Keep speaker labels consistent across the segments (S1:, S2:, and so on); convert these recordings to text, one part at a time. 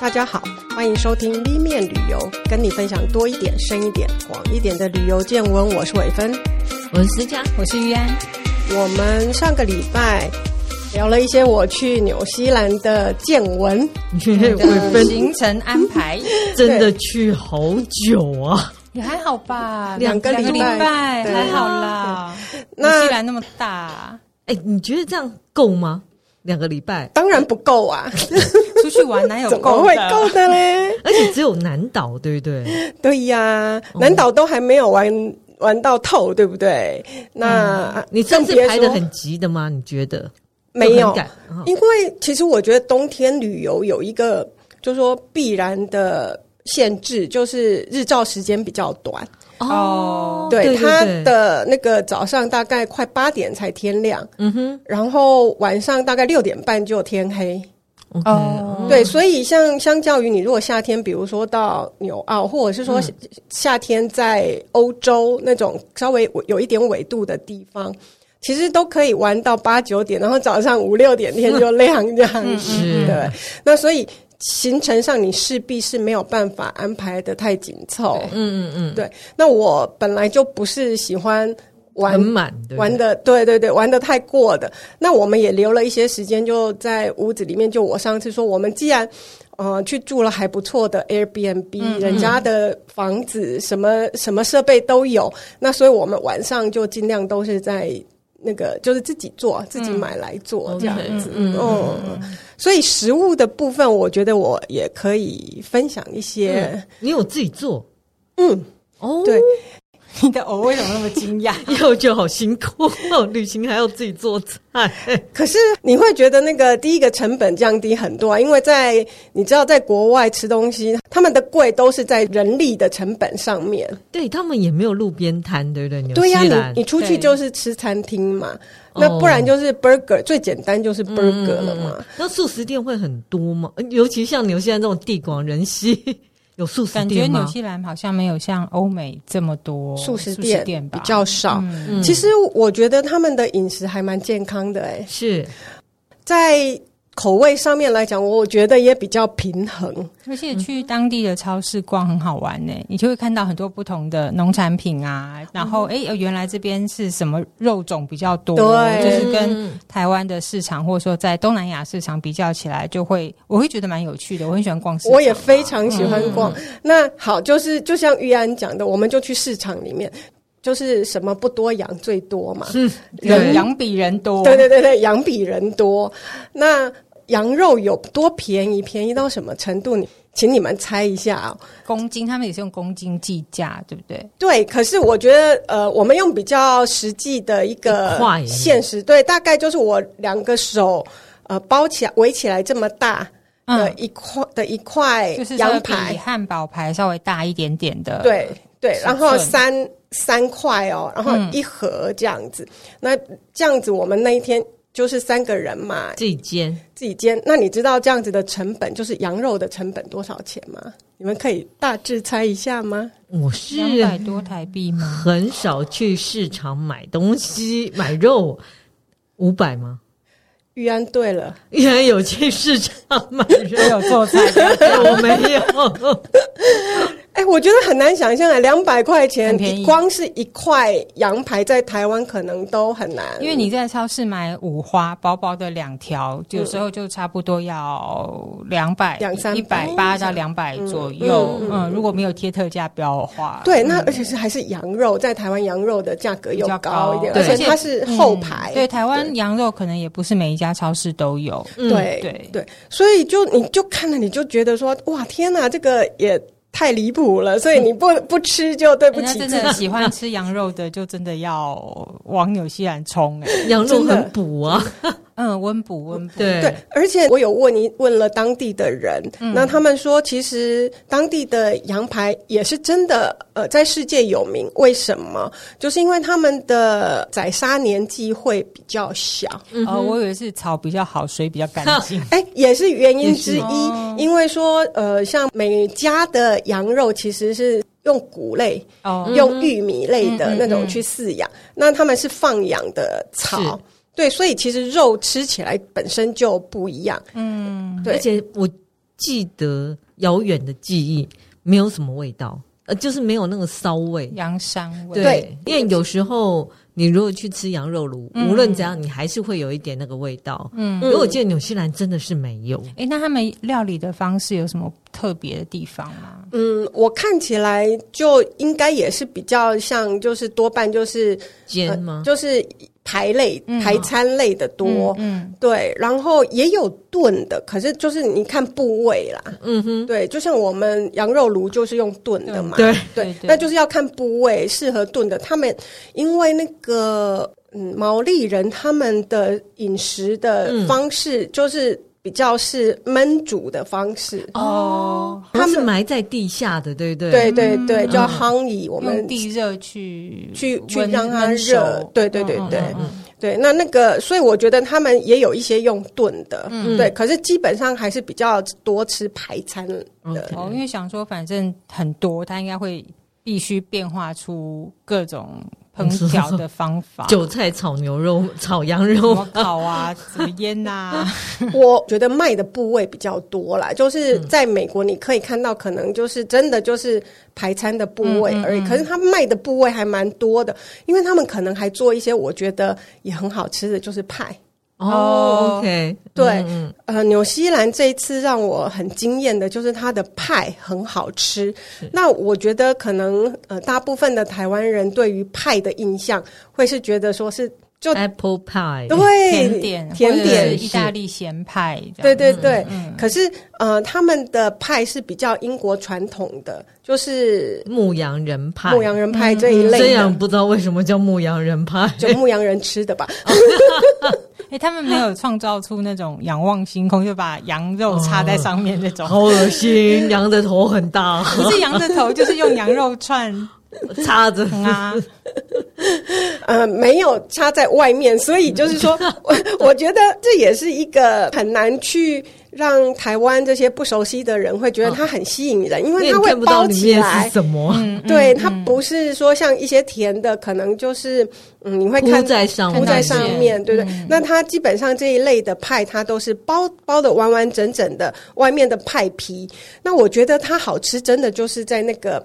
S1: 大家好，欢迎收听 V 面旅游，跟你分享多一点、深一点、广一点的旅游见闻。我是伟芬，
S2: 我是思佳，
S3: 我是于安。
S1: 我们上个礼拜聊了一些我去纽西兰的见闻，
S2: 哎伟
S3: 的
S2: 芬
S3: 行程安排
S2: 真的去好久啊！
S3: 也还好吧，
S1: 两个
S3: 两个
S1: 礼
S3: 礼
S1: 拜
S3: 拜
S1: 对
S3: 还好啦。
S1: 那
S3: 那西兰那么大，
S2: 哎，你觉得这样够吗？两个礼拜，
S1: 当然不够啊，
S3: 出去玩哪 有
S1: 怎么
S3: 够
S1: 会
S3: 的？
S1: 够的 嘞？
S2: 而且只有南岛，对 不对？
S1: 对呀、南岛都还没有玩玩到透，对不对？那、
S2: 嗯你算是
S1: 更别
S2: 排的
S1: 说
S2: 很急的吗？你觉得
S1: 呃没
S2: 就
S1: 有
S2: 很，赶啊
S1: 因为其实我觉得冬天旅游有一个，就是说必然的限制，就是日照时间比较短。
S3: 哦
S1: 对，
S2: 对
S1: 它
S2: 对
S1: 的那个早上大概快八点才天亮，
S2: 嗯哼
S1: 然后晚上大概六点半就天黑。
S2: ，OK，
S3: 哦，
S1: 对，所以像相较于你如果夏天，比如说到纽澳，或者是说夏夏天在欧洲那种稍微有一点纬度的地方。其实都可以玩到八九点，然后早上五六点天就亮这样子。
S2: 是
S1: 对，那所以行程上你势必是没有办法安排的太紧凑。
S2: 嗯嗯
S1: 对，那我本来就不是喜欢
S2: 嗯，
S1: 玩
S2: 很满，对不对
S1: 玩的，对对对，玩的太过的。那我们也留了一些时间，就在屋子里面。就我上次说，我们既然呃去住了还不错的 Airbnb，、人家的房子什么什么设备都有，那所以我们晚上就尽量都是在。那个就是自己做，自己买来做、这样子，嗯，所以食物的部分，我觉得我也可以分享一些，
S2: 你有自己做，
S1: 嗯，
S2: 哦，
S1: 对，
S3: 你的偶为什么那么惊讶？
S2: 以后就好辛苦 哦，旅行还要自己 做菜，
S1: 可是你会觉得那个第一个成本降低很多啊，因为在你知道，在国外吃东西，他们的贵都是在人力的成本上面。
S2: 对他们也没有路边摊，对不对？纽
S1: 对呀、
S2: 西兰
S1: 你你出去
S3: 对
S1: 就是吃餐厅嘛，
S2: 哦
S1: 那不然就是 burger，、最简单就是 burger 了嘛。
S2: 那素食店会很多吗？呃尤其像纽西兰这种地广人稀， 有素食
S3: 感觉
S2: 店
S3: 纽
S2: 吗？
S3: 西兰好像没有像欧美这么多
S1: 素食
S3: 店
S1: 店
S3: 吧
S1: 比较少，
S3: 嗯
S2: 嗯
S1: 其实我觉得他们的饮食还蛮健康的、诶，
S2: 是
S1: 在口味上面来讲，我觉得也比较平衡。
S3: 而且去当地的超市逛很好玩呢、你就会看到很多不同的农产品啊，然
S1: 嗯
S3: 后哎、诶原来这边是什么肉种比较多，
S1: 对
S3: 就是跟
S2: 嗯
S3: 台湾的市场或者说在东南亚市场比较起来，就会我会觉得蛮有趣的，我很喜欢逛市场啊，嗯
S1: 我也非常喜欢逛。那好，就是就像玉安讲的，我们就去市场里面，就是什么不多，羊最多嘛。
S2: 嗯，
S3: 人
S2: 对
S3: 羊比人多，
S1: 对对对对，羊比人多。那羊肉有多便宜？便宜到什么程度？你请你们猜一下啊、
S3: 公斤他们也是用公斤计价，对不对？
S1: 对，可是我觉得，呃，我们用比较实际的一个
S2: 一块
S1: 现实，对，大概就是我两个手，呃，包起来围起来这么大的
S3: 嗯，
S1: 一块、的一块
S3: 就是
S1: 羊
S3: 说
S1: 排
S3: 比，汉堡排稍微大一点点的，
S1: 对对，
S3: 呃尺
S1: 然后
S3: 寸
S1: 三三块哦，然后
S3: 嗯
S1: 一盒这样子。那这样子，我们那一天就是三个人嘛，
S2: 这一间
S1: 自己煎。那你知道这样子的成本，就是羊肉的成本多少钱吗？你们可以大致猜一下吗？
S2: 我是
S3: 两百多台币吗？
S2: 很少去市场买东西买肉，五百吗？
S1: 玉安，对了，
S2: 依然有去市场买肉哎
S3: 我，有 做菜，
S2: 我没有。
S1: 哎，我觉得很难想象啊，两百块钱
S3: 很便，宜
S1: 光是一块羊排在台湾可能都很难，
S3: 因为你在超市买五花薄薄的两条，有时候就差不多要两百
S1: 两三
S3: 一
S1: 百
S3: 百八到两百左右。嗯，如果没有贴特价标的话，
S1: 对，那而且是还是羊肉，在台湾羊肉的价格
S3: 嗯比
S1: 又
S3: 较
S1: 高一点，
S2: 对
S1: 而且
S2: 而
S1: 它是后
S3: 嗯
S1: 排，
S3: 对，台湾羊肉可能也不是每一家超市都 有。
S2: 嗯
S1: 对
S3: 对
S1: 对，所以就你就看了，你就觉得说，哇，天哪，这个也太离谱了，所以你不不吃就对不
S3: 哎那
S1: 起自
S3: 真
S1: 己。
S3: 的喜欢吃羊肉的，就真的要往纽西兰冲哎、
S2: 羊肉
S1: 真的
S2: 很补啊，
S3: 嗯，温补温补，
S2: 对
S1: 对，而且我有问一问了当地的人，那他们说，其实当地的羊排也是真的，呃，在世界有名。为什么？就是因为他们的宰杀年纪会比较小，
S2: 嗯
S3: 呃，我以为是草比较好，水比较 干净。
S1: 哎、也是原因
S2: 也是
S1: 之一，
S3: 哦
S1: 因为说，呃，像美加的羊肉其实是用谷类，
S3: 哦，
S1: 用玉米类的
S3: 嗯嗯
S1: 那种
S3: 嗯
S1: 去饲养，那他们是放养的草
S2: 是，
S1: 对，所以其实肉吃起来本身就不一样，
S3: 嗯，
S1: 对
S2: 而且我记得遥远的记忆，没有什么味道，呃，就是没有那个骚味。
S3: 洋山味，
S2: 对，
S1: 对
S2: 因为有时候你如果去吃羊肉炉，
S3: 嗯
S2: 无论怎样，你还是会有一点那个味道。
S3: 嗯，
S2: 因为我记得纽西兰真的是没有，
S1: 呃
S3: 哎，那他们料理的方式有什么特别的地方吗？
S1: 嗯，我看起来就应该也是比较像，就是多半就是、呃
S2: 煎吗？
S1: 就是排类、
S3: 嗯
S1: 排餐类的多。
S3: 嗯，
S1: 对，然后也有炖的，可是就是你看部位啦，
S2: 嗯哼，
S1: 对，就像我们羊肉炉就是用炖的嘛，
S2: 对，
S1: 对，
S3: 对对
S1: 那就是要看部位适合炖的。他们因为那个嗯毛利人他们的饮食的方式就是比较是焖煮的方式，
S3: 哦，
S2: 它
S1: 他
S2: 是
S1: 们
S2: 埋在地下的，对不对？
S1: 对对对，
S3: 嗯
S1: 叫夯以我们
S3: 用地热去
S1: 去去
S3: 温
S1: 让它
S3: 温熟
S1: 热对对对
S3: 嗯嗯
S1: 对
S3: 嗯嗯
S1: 对，那那个，所以我觉得他们也有一些用炖的，
S2: 嗯
S1: 对，可是基本上还是比较多吃排餐的。
S2: OK
S3: 哦，因为想说反正很多，它应该会必须变化出各种
S1: 嗯
S3: 烹调的方法，
S2: 韭菜炒牛肉、炒羊
S3: 怎
S2: 肉 哦
S3: 么，烤啊，怎么腌啊呐、
S1: 我觉得卖的部位比较多
S3: 嗯
S1: 啦，就是在美国你可以看到，可能就是真的就是排餐的部位
S3: 嗯
S1: 而已，可是他卖的部位还蛮多的，因为他们可能还做一些我觉得也很好吃的，就是派。
S2: 哦，OK，
S1: 对
S2: 嗯嗯
S1: 呃，纽西兰这一次让我很惊艳的就是它的派很好吃。那我觉得可能呃，大部分的台湾人对于派的印象会是觉得说是就
S2: ，Apple Pie，
S1: 对
S3: 嗯甜点、
S1: 甜
S3: 或者是
S1: 点
S3: 意大利咸派这样，
S1: 对
S2: 嗯
S1: 对对，可是呃，他们的派是比较英国传统的，就是
S2: 牧羊人派，嗯
S1: 牧羊人派这一
S2: 虽
S1: 类的，
S2: 然不知道为什么叫牧羊人派，
S1: 就牧羊人吃的吧。
S3: 哎、他们没有创造出那种仰望星空，就把羊
S1: 哦
S3: 肉插在上面那种。
S2: 好恶心，羊的头很 大，
S3: 不是羊的头，就是用羊肉串
S2: 叉子，
S3: 啊，
S1: 呃，没有插在外面，所以就是 说，我我觉得这也是一个很难去让台湾这些不熟悉的人会觉得它很吸引人，因
S2: 哦因
S1: 为它
S2: 为你
S1: 会
S2: 看不到
S1: 包
S2: 里
S1: 起
S2: 面嗯
S1: 来嗯
S2: 是。什么，
S1: 对，它不是说像一些甜的，可能就是嗯，你会
S2: 铺
S1: 看嗯
S2: 在上面，
S1: 铺在上
S3: 看到
S1: 面，对不对？那它基本上这一类的派，它都是包包的完完整整的，外面的派皮。那我觉得它好吃，真的就是在那个。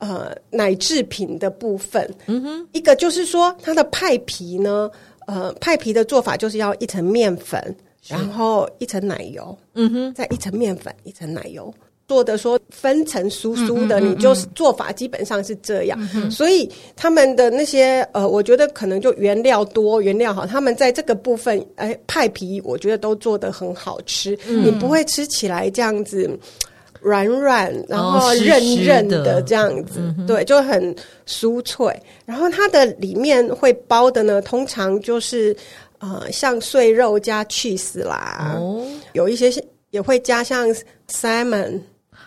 S1: 呃，奶制品的部分，嗯哼，一个就是说它的派皮呢，呃，派皮的做法就是要一层面粉，然后一层奶油，
S2: 嗯哼，
S1: 再一层面粉，一层奶油，做的说分层酥酥
S2: 嗯
S1: 的，你就是做法基本上是这样。所以他们的那些呃，我觉得可能就原料多，原料好，他们在这个部分，哎，派皮我觉得都做的很好吃，
S2: 嗯
S1: 你不会吃起来这样子。软软，然后
S2: 哦湿湿
S1: 韧韧
S2: 的嗯
S1: 这样子，对，就很酥脆。然后它的里面会包的呢，通常就是呃，像碎肉加 cheese 啦，
S2: 哦
S1: 有一些是也会加像 salmon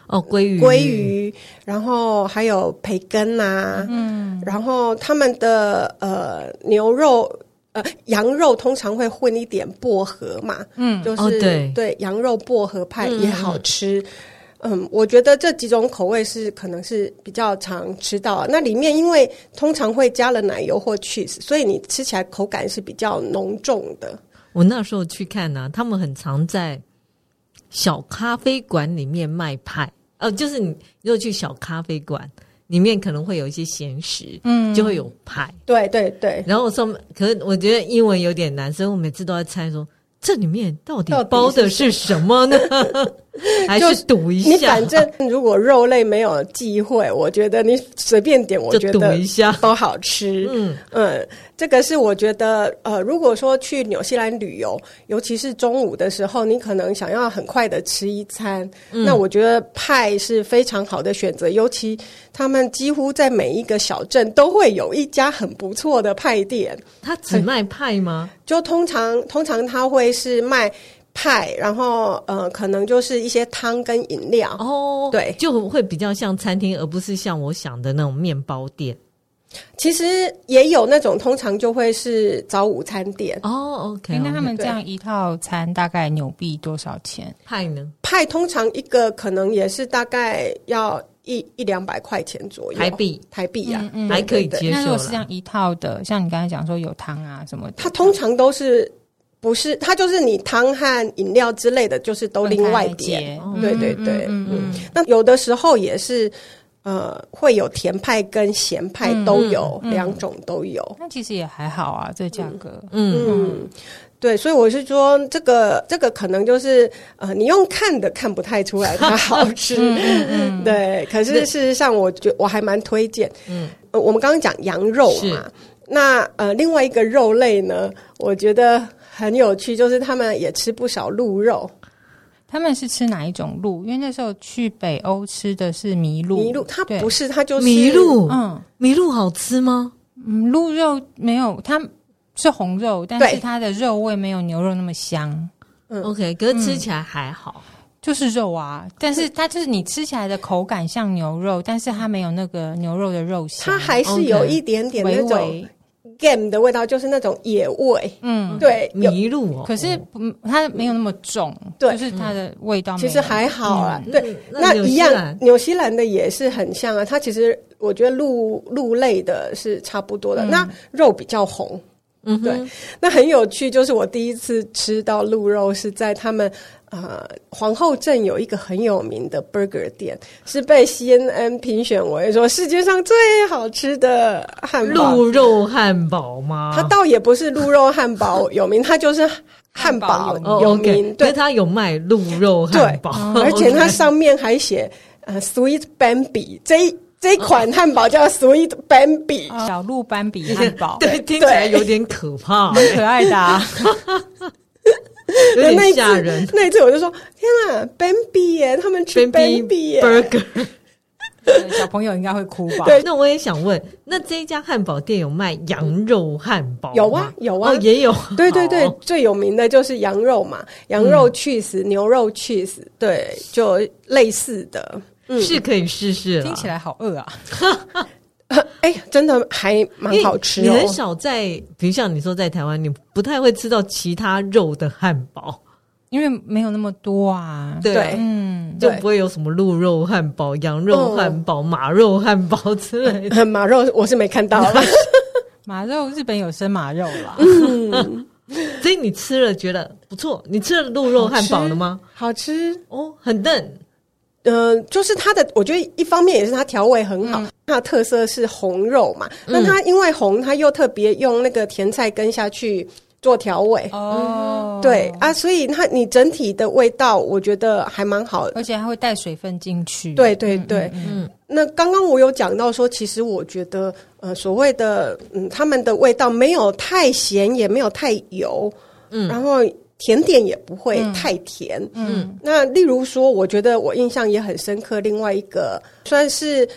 S2: 哦，鲑鱼，
S1: 鲑，鱼，然后还有培根啊，嗯，然后他们的呃牛肉。呃，羊肉通常会混一点薄荷嘛，嗯，就是、
S2: 哦对
S1: 羊肉薄荷派也好吃。嗯我觉得这几种口味是可能是比较常吃到的。那里面因为通常会加了奶油或 cheese，所以你吃起来口感是比较浓重的。
S2: 我那时候去看呢、他们很常在小咖啡馆里面卖派，呃，就是你如果去小咖啡馆里面可能会有一些闲食，
S3: 嗯
S2: 就会有派。
S1: 对对对，
S2: 然后上面，可是我觉得英文有点难，所以我每次都在猜说这里面到底
S1: 到底是
S2: 包的是什 么呢？还
S1: 就是
S2: 赌一
S1: 你
S2: 下
S1: 反，正如果肉类没有忌讳，我觉得你随便点，我
S2: 就
S1: 觉
S2: 赌
S1: 得
S2: 一下。
S1: 都好吃。
S2: 嗯，
S1: 嗯，这个是我觉得，呃，如果说去纽西兰旅游，尤其是中午的时候，你可能想要很快的吃一餐，
S2: 嗯
S1: 那我觉得派是非常好的选择。尤其他们几乎在每一个小镇都会有一家很不错的派店，
S2: 他只卖派吗？
S1: 就通常通常他会是卖派，然后呃，可能就是一些汤跟饮料。
S2: 哦，
S1: 对
S2: 就会比较像餐厅，而不是像我想的那种面包店。
S1: 其实也有那种，通常就会是早午餐店
S2: 哦，OK，
S3: 诶那他们这
S1: 对
S3: 样一套餐大概纽币多少钱？
S2: 派呢？
S1: 哦派，通常一个可能也是大概要一一两百块钱左右
S2: 台币
S1: 台币呀、
S3: 嗯
S2: 还可以接
S3: 那如
S2: 受
S3: 果是这
S2: 了。
S3: 样一套的，像你刚才讲说有汤啊什么的，
S1: 它通常都是不是，它就是你汤和饮料之类的，就是都另外点。
S3: 分
S1: 对对
S3: 嗯
S1: 对，
S3: 嗯嗯
S1: 嗯，那有的时候也是，呃，会有甜派跟咸派都有，
S3: 嗯嗯
S1: 两种都有。
S3: 那其实也还好啊，这价格。
S2: 嗯，
S1: 嗯，对，所以我是说，这个这个可能就是呃，你用看的看不太出来它好吃， 对。可是
S2: 对
S1: 事实上，我觉我还蛮推荐。
S2: 嗯
S1: 嗯、我们刚刚讲羊肉嘛
S2: 是，
S1: 那呃，另外一个肉类呢，我觉得很有趣，就是他们也吃不少鹿肉，
S3: 他们是吃哪一种鹿？因为那时候去北欧吃的是麋鹿，
S1: 麋鹿它
S3: 对
S1: 不是，它就是
S2: 麋，鹿，
S3: 嗯
S2: 麋鹿好吃吗？
S3: 嗯，鹿肉没有，它是红肉，但是
S1: 对
S3: 它的肉味没有牛肉那么香，
S1: 嗯
S2: OK，可是吃起来还好。
S3: 就是肉啊。但是它就是你吃起来的口感像牛肉，但是它没有那个牛肉的肉香，
S1: 它还是有一点点那
S3: 微
S1: 种
S3: 微，
S1: game 的味道，就是那种野味。
S3: 嗯。
S1: 对，有
S2: 麋鹿哦，
S3: 可是嗯它没有那么重，
S1: 对
S3: 就是它的味道没
S1: 其
S3: 有。
S1: 实还好啊，对，
S2: 那
S1: 那
S2: 纽
S1: 一
S2: 西
S1: 样
S2: 兰，
S1: 纽西兰的也是很像啊。它其实我觉得鹿鹿类的是差不多的，那肉比较红。
S2: 嗯哼，
S1: 对那很有趣，就是我第一次吃到鹿肉是在他们呃皇后镇有一个很有名的 burger 店，是被 CNN 评选为说世界上最好吃的汉堡。
S2: 鹿肉汉堡吗？
S1: 它倒也不是鹿肉汉堡有名，它就是汉堡
S3: 汉
S2: 哦
S1: 有
S2: OK，
S1: 名。
S2: 可
S1: 对
S2: 是，它有卖鹿肉汉堡，
S1: 嗯 而且它
S2: OK
S1: 上面还写呃 “Sweet Bambi” 这一这一款汉堡叫 “Sweet Bambi”，、
S3: 呃小鹿 斑比汉堡，
S2: 对听起来有点可怕，
S3: 蛮可爱的啊。
S2: 有
S1: 那一
S2: 点
S1: 次
S2: 吓人。
S1: 那一次我就说：“天啊，Bambi 耶，他们吃 Bambi 耶。
S2: burger，
S3: 小朋友应该会哭吧？
S1: 对
S2: 那我也想问，那这一家汉堡店有卖羊肉汉堡吗？
S1: 有啊有啊
S2: 哦也有。哦
S1: 对对对
S2: 好，
S1: 最有名的就是羊肉嘛，羊肉 cheese、牛肉 cheese，对，就类似的。 嗯，
S2: 是可以试试啦。
S3: 听起来好饿啊！
S1: 哎、真的还蛮好吃
S2: 因
S1: 哦
S2: 为你。很少啊在，比如像你说在台湾，你不太会吃到其他肉的汉堡，
S3: 因为没有那么多啊。
S2: 对啊
S1: 对
S3: 嗯，
S2: 就
S1: 对嗯
S2: 不会有什么鹿肉汉堡、羊肉汉堡、马肉汉堡之类的。
S1: 马肉我是没看到了，
S3: 马肉日本有生马肉啦，
S1: 嗯
S2: 所以你吃了觉得不错，你吃了鹿肉汉堡了吗？
S1: 好吃。
S2: 哦，很嫩，
S1: 呃，就是它的，我觉得一方面也是它调味很好，它的特色是红肉嘛。那它因为红，它又特别用那个甜菜根下去做调味，
S3: 哦，
S1: 对，啊，所以它你整体的味道，我觉得还蛮好的。
S3: 而且它会带水分进去。
S1: 对对对，
S2: 嗯
S1: 那刚刚我有讲到说，其实我觉得，呃，所谓的，嗯，他们的味道没有太咸，也没有太油，
S2: 嗯
S1: 然后甜点也不会太甜，
S3: 嗯，
S1: 那例如说，我觉得我印象也很深刻，另外一个算是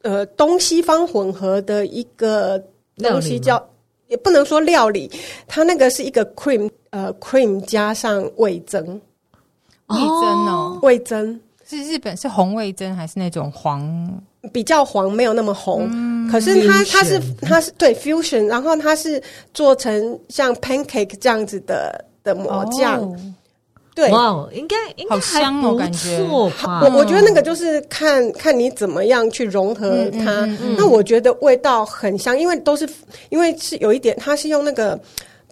S1: 呃东西方混合的一个东西
S2: 料理吗
S1: 叫，也不能说料理，它那个是一个 cream 呃 cream 加上味增，
S3: 味增哦，
S1: 味增
S3: 是日本是红味增还是那种黄？
S1: 比较黄，没有那么红，
S3: 嗯
S1: 可是它
S2: fusion
S1: 它是它是对 fusion，然后它是做成像 pancake 这样子的的抹酱，
S3: 哦
S1: 对。
S2: 哇哦，应该应该
S3: 好香哦
S2: 还不
S3: 感觉
S2: 错
S1: 我
S2: 吧？
S1: 我觉得那个就是看看你怎么样去融合
S3: 嗯嗯
S1: 它。
S3: 嗯嗯
S1: 那我觉得味道很香，因为都是因为是有一点，它是用那个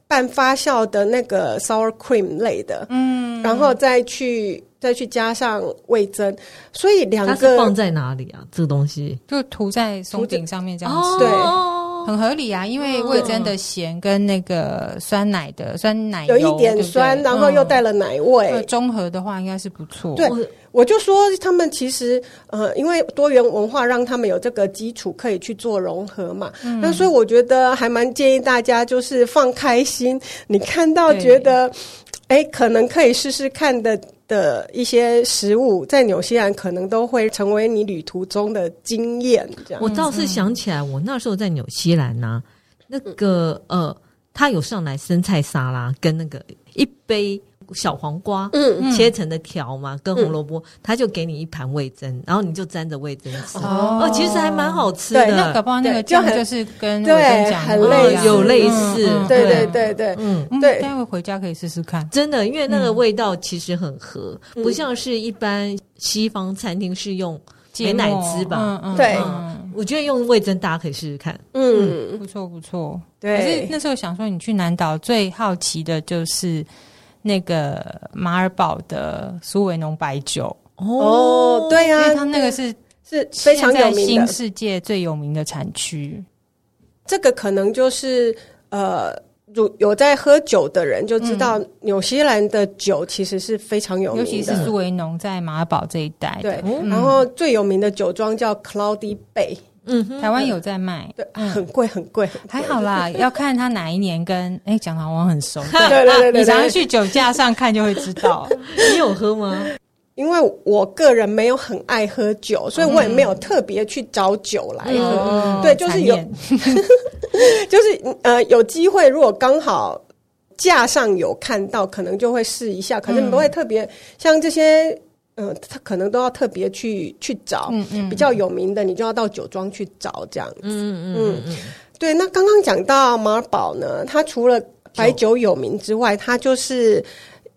S1: 半发酵的那个 sour cream 类的，
S3: 嗯，
S1: 然后再去再去加上味增，所以两
S2: 它是放
S1: 个
S2: 在哪里啊？这个东西
S3: 就涂在松饼上面这样吃，
S1: 对
S2: 哦
S3: 很合理啊。因为味增的咸跟那个酸奶的酸奶
S1: 嗯有
S3: 油
S1: 一点酸，然后又带了奶味。
S3: 嗯对综合的话，应该是不错。
S1: 对
S2: 我
S1: 我就说他们其实呃，因为多元文化让他们有这个基础可以去做融合嘛。
S3: 嗯
S1: 那所以我觉得还蛮建议大家就是放开心，你看到
S3: 对
S1: 觉得哎，可能可以试试看的。的一些食物在纽西兰可能都会成为你旅途中的经验，这样
S2: 我倒是想起来，我那时候在纽西兰呐、那个呃，他有上来生菜沙拉跟那个一杯小黄瓜，嗯，切成的条嘛，跟红萝卜，他就给你一盘味增，然后你就沾着味增吃，
S3: 哦
S2: 哦，其实还蛮好吃
S1: 对
S3: 那搞
S2: 的，
S3: 不好那个
S1: 对就
S3: 酱
S1: 很
S3: 就是嗯跟
S1: 对
S3: 味增酱
S1: 很
S3: 一
S1: 类
S3: 样
S1: 似
S2: 有类似
S3: 嗯嗯
S1: 对
S2: 对
S1: 对对对，
S2: 嗯。
S3: 嗯，
S1: 对
S3: 待会回家可以试试看。
S2: 真的，因为那个味道其实很合，不像是一般西方餐厅是用美乃滋吧
S3: 嗯嗯，
S1: 对
S3: 嗯
S2: 我觉得用味增大家可以试试看。
S1: 嗯，
S3: 不错不错。可是
S1: 对，
S3: 那时候想说，你去南岛最好奇的就是那个马尔堡的苏维农白酒，
S1: 哦，对
S3: 因
S1: 啊
S3: 为，它那个是
S1: 是非常有
S3: 现在
S1: 名
S3: 新
S1: 的，
S3: 世界最有名的产区。
S1: 这个可能就是呃。有有在喝酒的人就知道，纽西兰的酒其实是非常有名
S3: 嗯尤
S1: 的，
S3: 其是苏维农在哦马尔堡这一带的，
S1: 对，然后最有名的酒庄叫 Cloudy Bay，
S2: 嗯
S3: 台湾有在卖，嗯
S1: 对，很贵很贵，
S3: 还 好啦，要看他哪一年跟哎，讲的好像很熟，
S1: 对对对对对，
S3: 你常常去酒架上看就会知 道。
S2: 你有喝吗？
S1: 因为我个人没有很爱喝酒，所以我也没有
S3: 嗯
S1: 特别去找酒来喝。
S3: 哦
S1: 嗯对就是有
S3: 残念
S1: 就是呃，有机会如果刚好架上有看到，可能就会试一下，可是不会特别、像这些，嗯、他可能都要特别去去找。
S3: 嗯嗯，
S1: 比较有名的，你就要到酒庄去找这样。
S2: 嗯嗯嗯
S1: 对，那刚刚讲到马尔堡呢，它除了白酒有名之外，它就是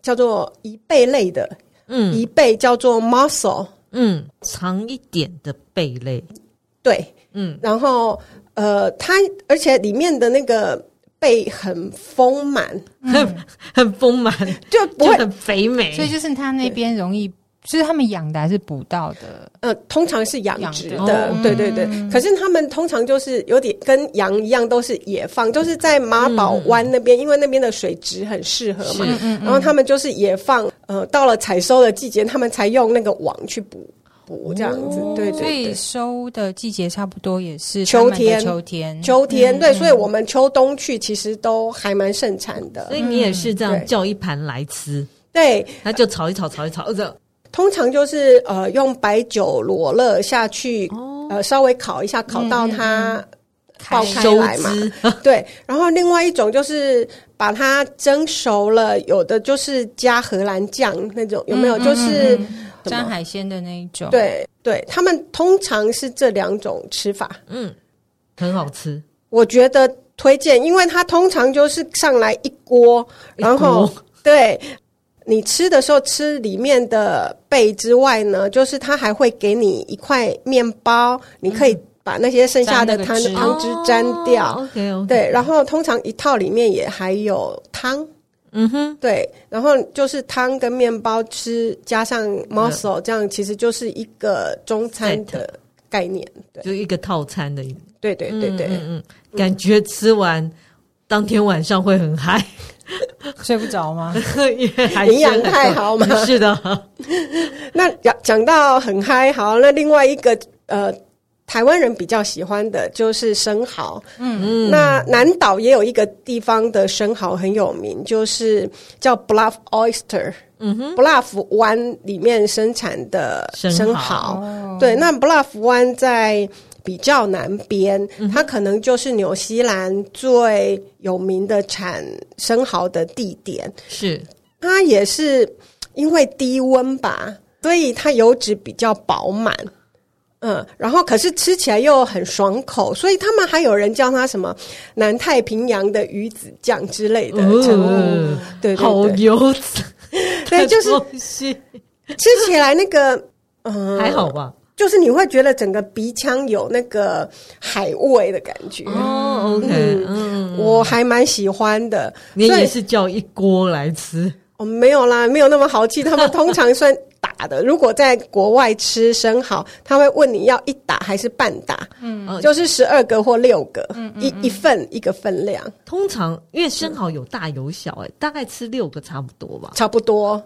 S1: 叫做一贝类的，
S2: 嗯
S1: 一贝叫做 muscle，
S2: 嗯，长一点的贝类，
S1: 对，
S2: 嗯
S1: 然后呃，它而且里面的那个贝很丰满，
S2: 很很丰满，
S1: 就不
S2: 就
S1: 会
S2: 很肥美，
S3: 所以就是他那边容易，就是他们养的还是捕到的，
S1: 呃，通常是养殖
S3: 养
S1: 的，
S2: 的哦
S1: 对对对。可是他们通常就是有点跟羊一样，都是野放，就是在马宝湾那边，因为那边的水质很适合
S3: 嗯
S1: 嘛。
S2: 是
S1: 嗯然后他们就是野放，呃，到了采收的季节，他们才用那个网去捕捕这样子，对对
S3: 哦所以
S1: 对。
S3: 收的季节差不多也是
S1: 秋
S3: 他们的
S1: 天
S3: 秋天，
S1: 秋天、对，所以我们秋冬去其实都还蛮盛产的
S2: 所。以你也是这样
S1: 嗯对
S2: 叫一盘来吃，
S1: 对，
S2: 它就炒一炒，炒 一炒，这
S1: 通常就是呃用白酒裸勒下去，呃稍微烤一下，烤到它爆开
S2: 收
S1: 来嘛。
S2: 汁，
S1: 对，然后另外一种就是把它蒸熟了，有的就是加荷兰酱那种，有没
S3: 嗯
S1: 有？就是、什
S3: 沾
S1: 么
S3: 海鲜的那一种，，
S1: 对对，他们通常是这两种吃法，
S2: 嗯，很好吃。
S1: 我觉得推荐，因为它通常就是上来一锅， 然后对。你吃的时候吃里面的贝之外呢，就是它还会给你一块面包，你可以把那些剩下的
S3: 嗯沾那
S1: 汤
S3: 个汁哦
S1: 汤汁沾掉。
S2: OK OK，
S1: 对，然后通常一套里面也还有汤，
S2: 嗯哼，
S1: 对，然后就是汤跟面包吃，加上
S2: 嗯
S1: muscle，、这样其实就是一个中餐的概念。对，
S2: 就一个套餐的，
S1: 对对对对，
S2: 嗯，嗯感觉吃完当天晚上会很嗨，
S3: 睡不着吗？
S2: 因为还是
S1: 营养太好嘛。
S2: 是的，
S1: 那讲讲到很嗨，好，那另外一个呃。台湾人比较喜欢的就是生蚝，
S2: 嗯，
S1: 那南岛也有一个地方的生蚝很有名，就是叫 Bluff Oyster，
S2: 嗯哼，
S1: Bluff 湾里面生产的
S2: 生蚝哦
S1: 生蚝，对，那 Bluff 湾在比较南边，
S2: 嗯
S1: 它可能就是纽西兰最有名的产生蚝的地点。
S2: 是
S1: 它也是因为低温吧，所以它油脂比较饱满。嗯，然后可是吃起来又很爽口，所以他们还有人叫它什么南太平洋的鱼子酱之类的
S2: 哦
S1: 称呼。对对对，
S2: 好油脂
S1: 对，
S2: 的
S1: 就是
S2: 东西，
S1: 吃起来那个，嗯、
S2: 还好吧？
S1: 就是你会觉得整个鼻腔有那个海味的感觉，
S2: 哦，OK，嗯，
S1: 我还蛮喜欢的。
S2: 你
S1: 所
S2: 也
S1: 以
S2: 是叫一锅来吃，
S1: 哦，没有啦，没有那么豪气。他们通常算打的，如果在国外吃生蚝，他会问你要一打还是半打，
S2: 哦
S1: 就是十二个或六个，
S3: 嗯
S1: 一一份一个分量，
S2: 通常因为生蚝有大有小，哎，大概吃六个差不多吧。
S1: 差不多。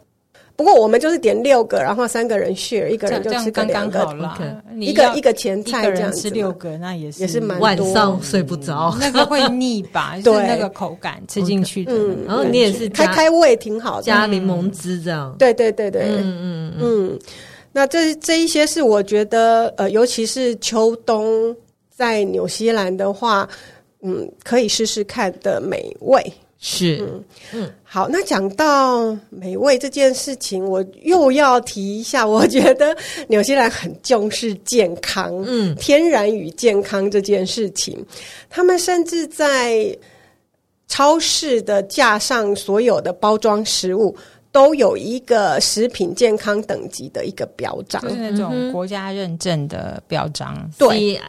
S1: 不过我们就是点六个，然后三个人 share，一个
S3: 这
S1: 人
S3: 样
S1: 就吃
S3: 这样
S1: 个
S3: 刚
S1: 两
S3: 刚
S1: 个，
S3: 好啦
S2: OK，
S3: 你
S1: 一个
S3: 要
S1: 一个前
S3: 一
S1: 菜
S3: 个
S1: 这样
S3: 人
S1: 子嘛。
S3: 吃六个，那也是嗯
S1: 也是蛮嗯
S2: 晚上睡不着，
S3: 那个会腻吧，就
S1: 对
S3: 是那个口感吃进去的。
S1: 嗯
S2: 然后你也是
S1: 开
S2: 加
S1: 开胃挺好的，
S2: 加柠檬汁这样，
S1: 对对对对，
S2: 嗯嗯嗯，
S1: 嗯，那这这一些是我觉得呃，尤其是秋冬在纽西兰的话，嗯，可以试试看的美味。嗯
S2: 是
S1: 好，那讲到美味这件事情，我又要提一下，我觉得纽西兰很重视健康，
S2: 嗯
S1: 天然与健康这件事情，他们甚至在超市的架上所有的包装食物都有一个食品健康等级的一个表彰
S3: 就。是那种国家认证的标章。
S1: 对，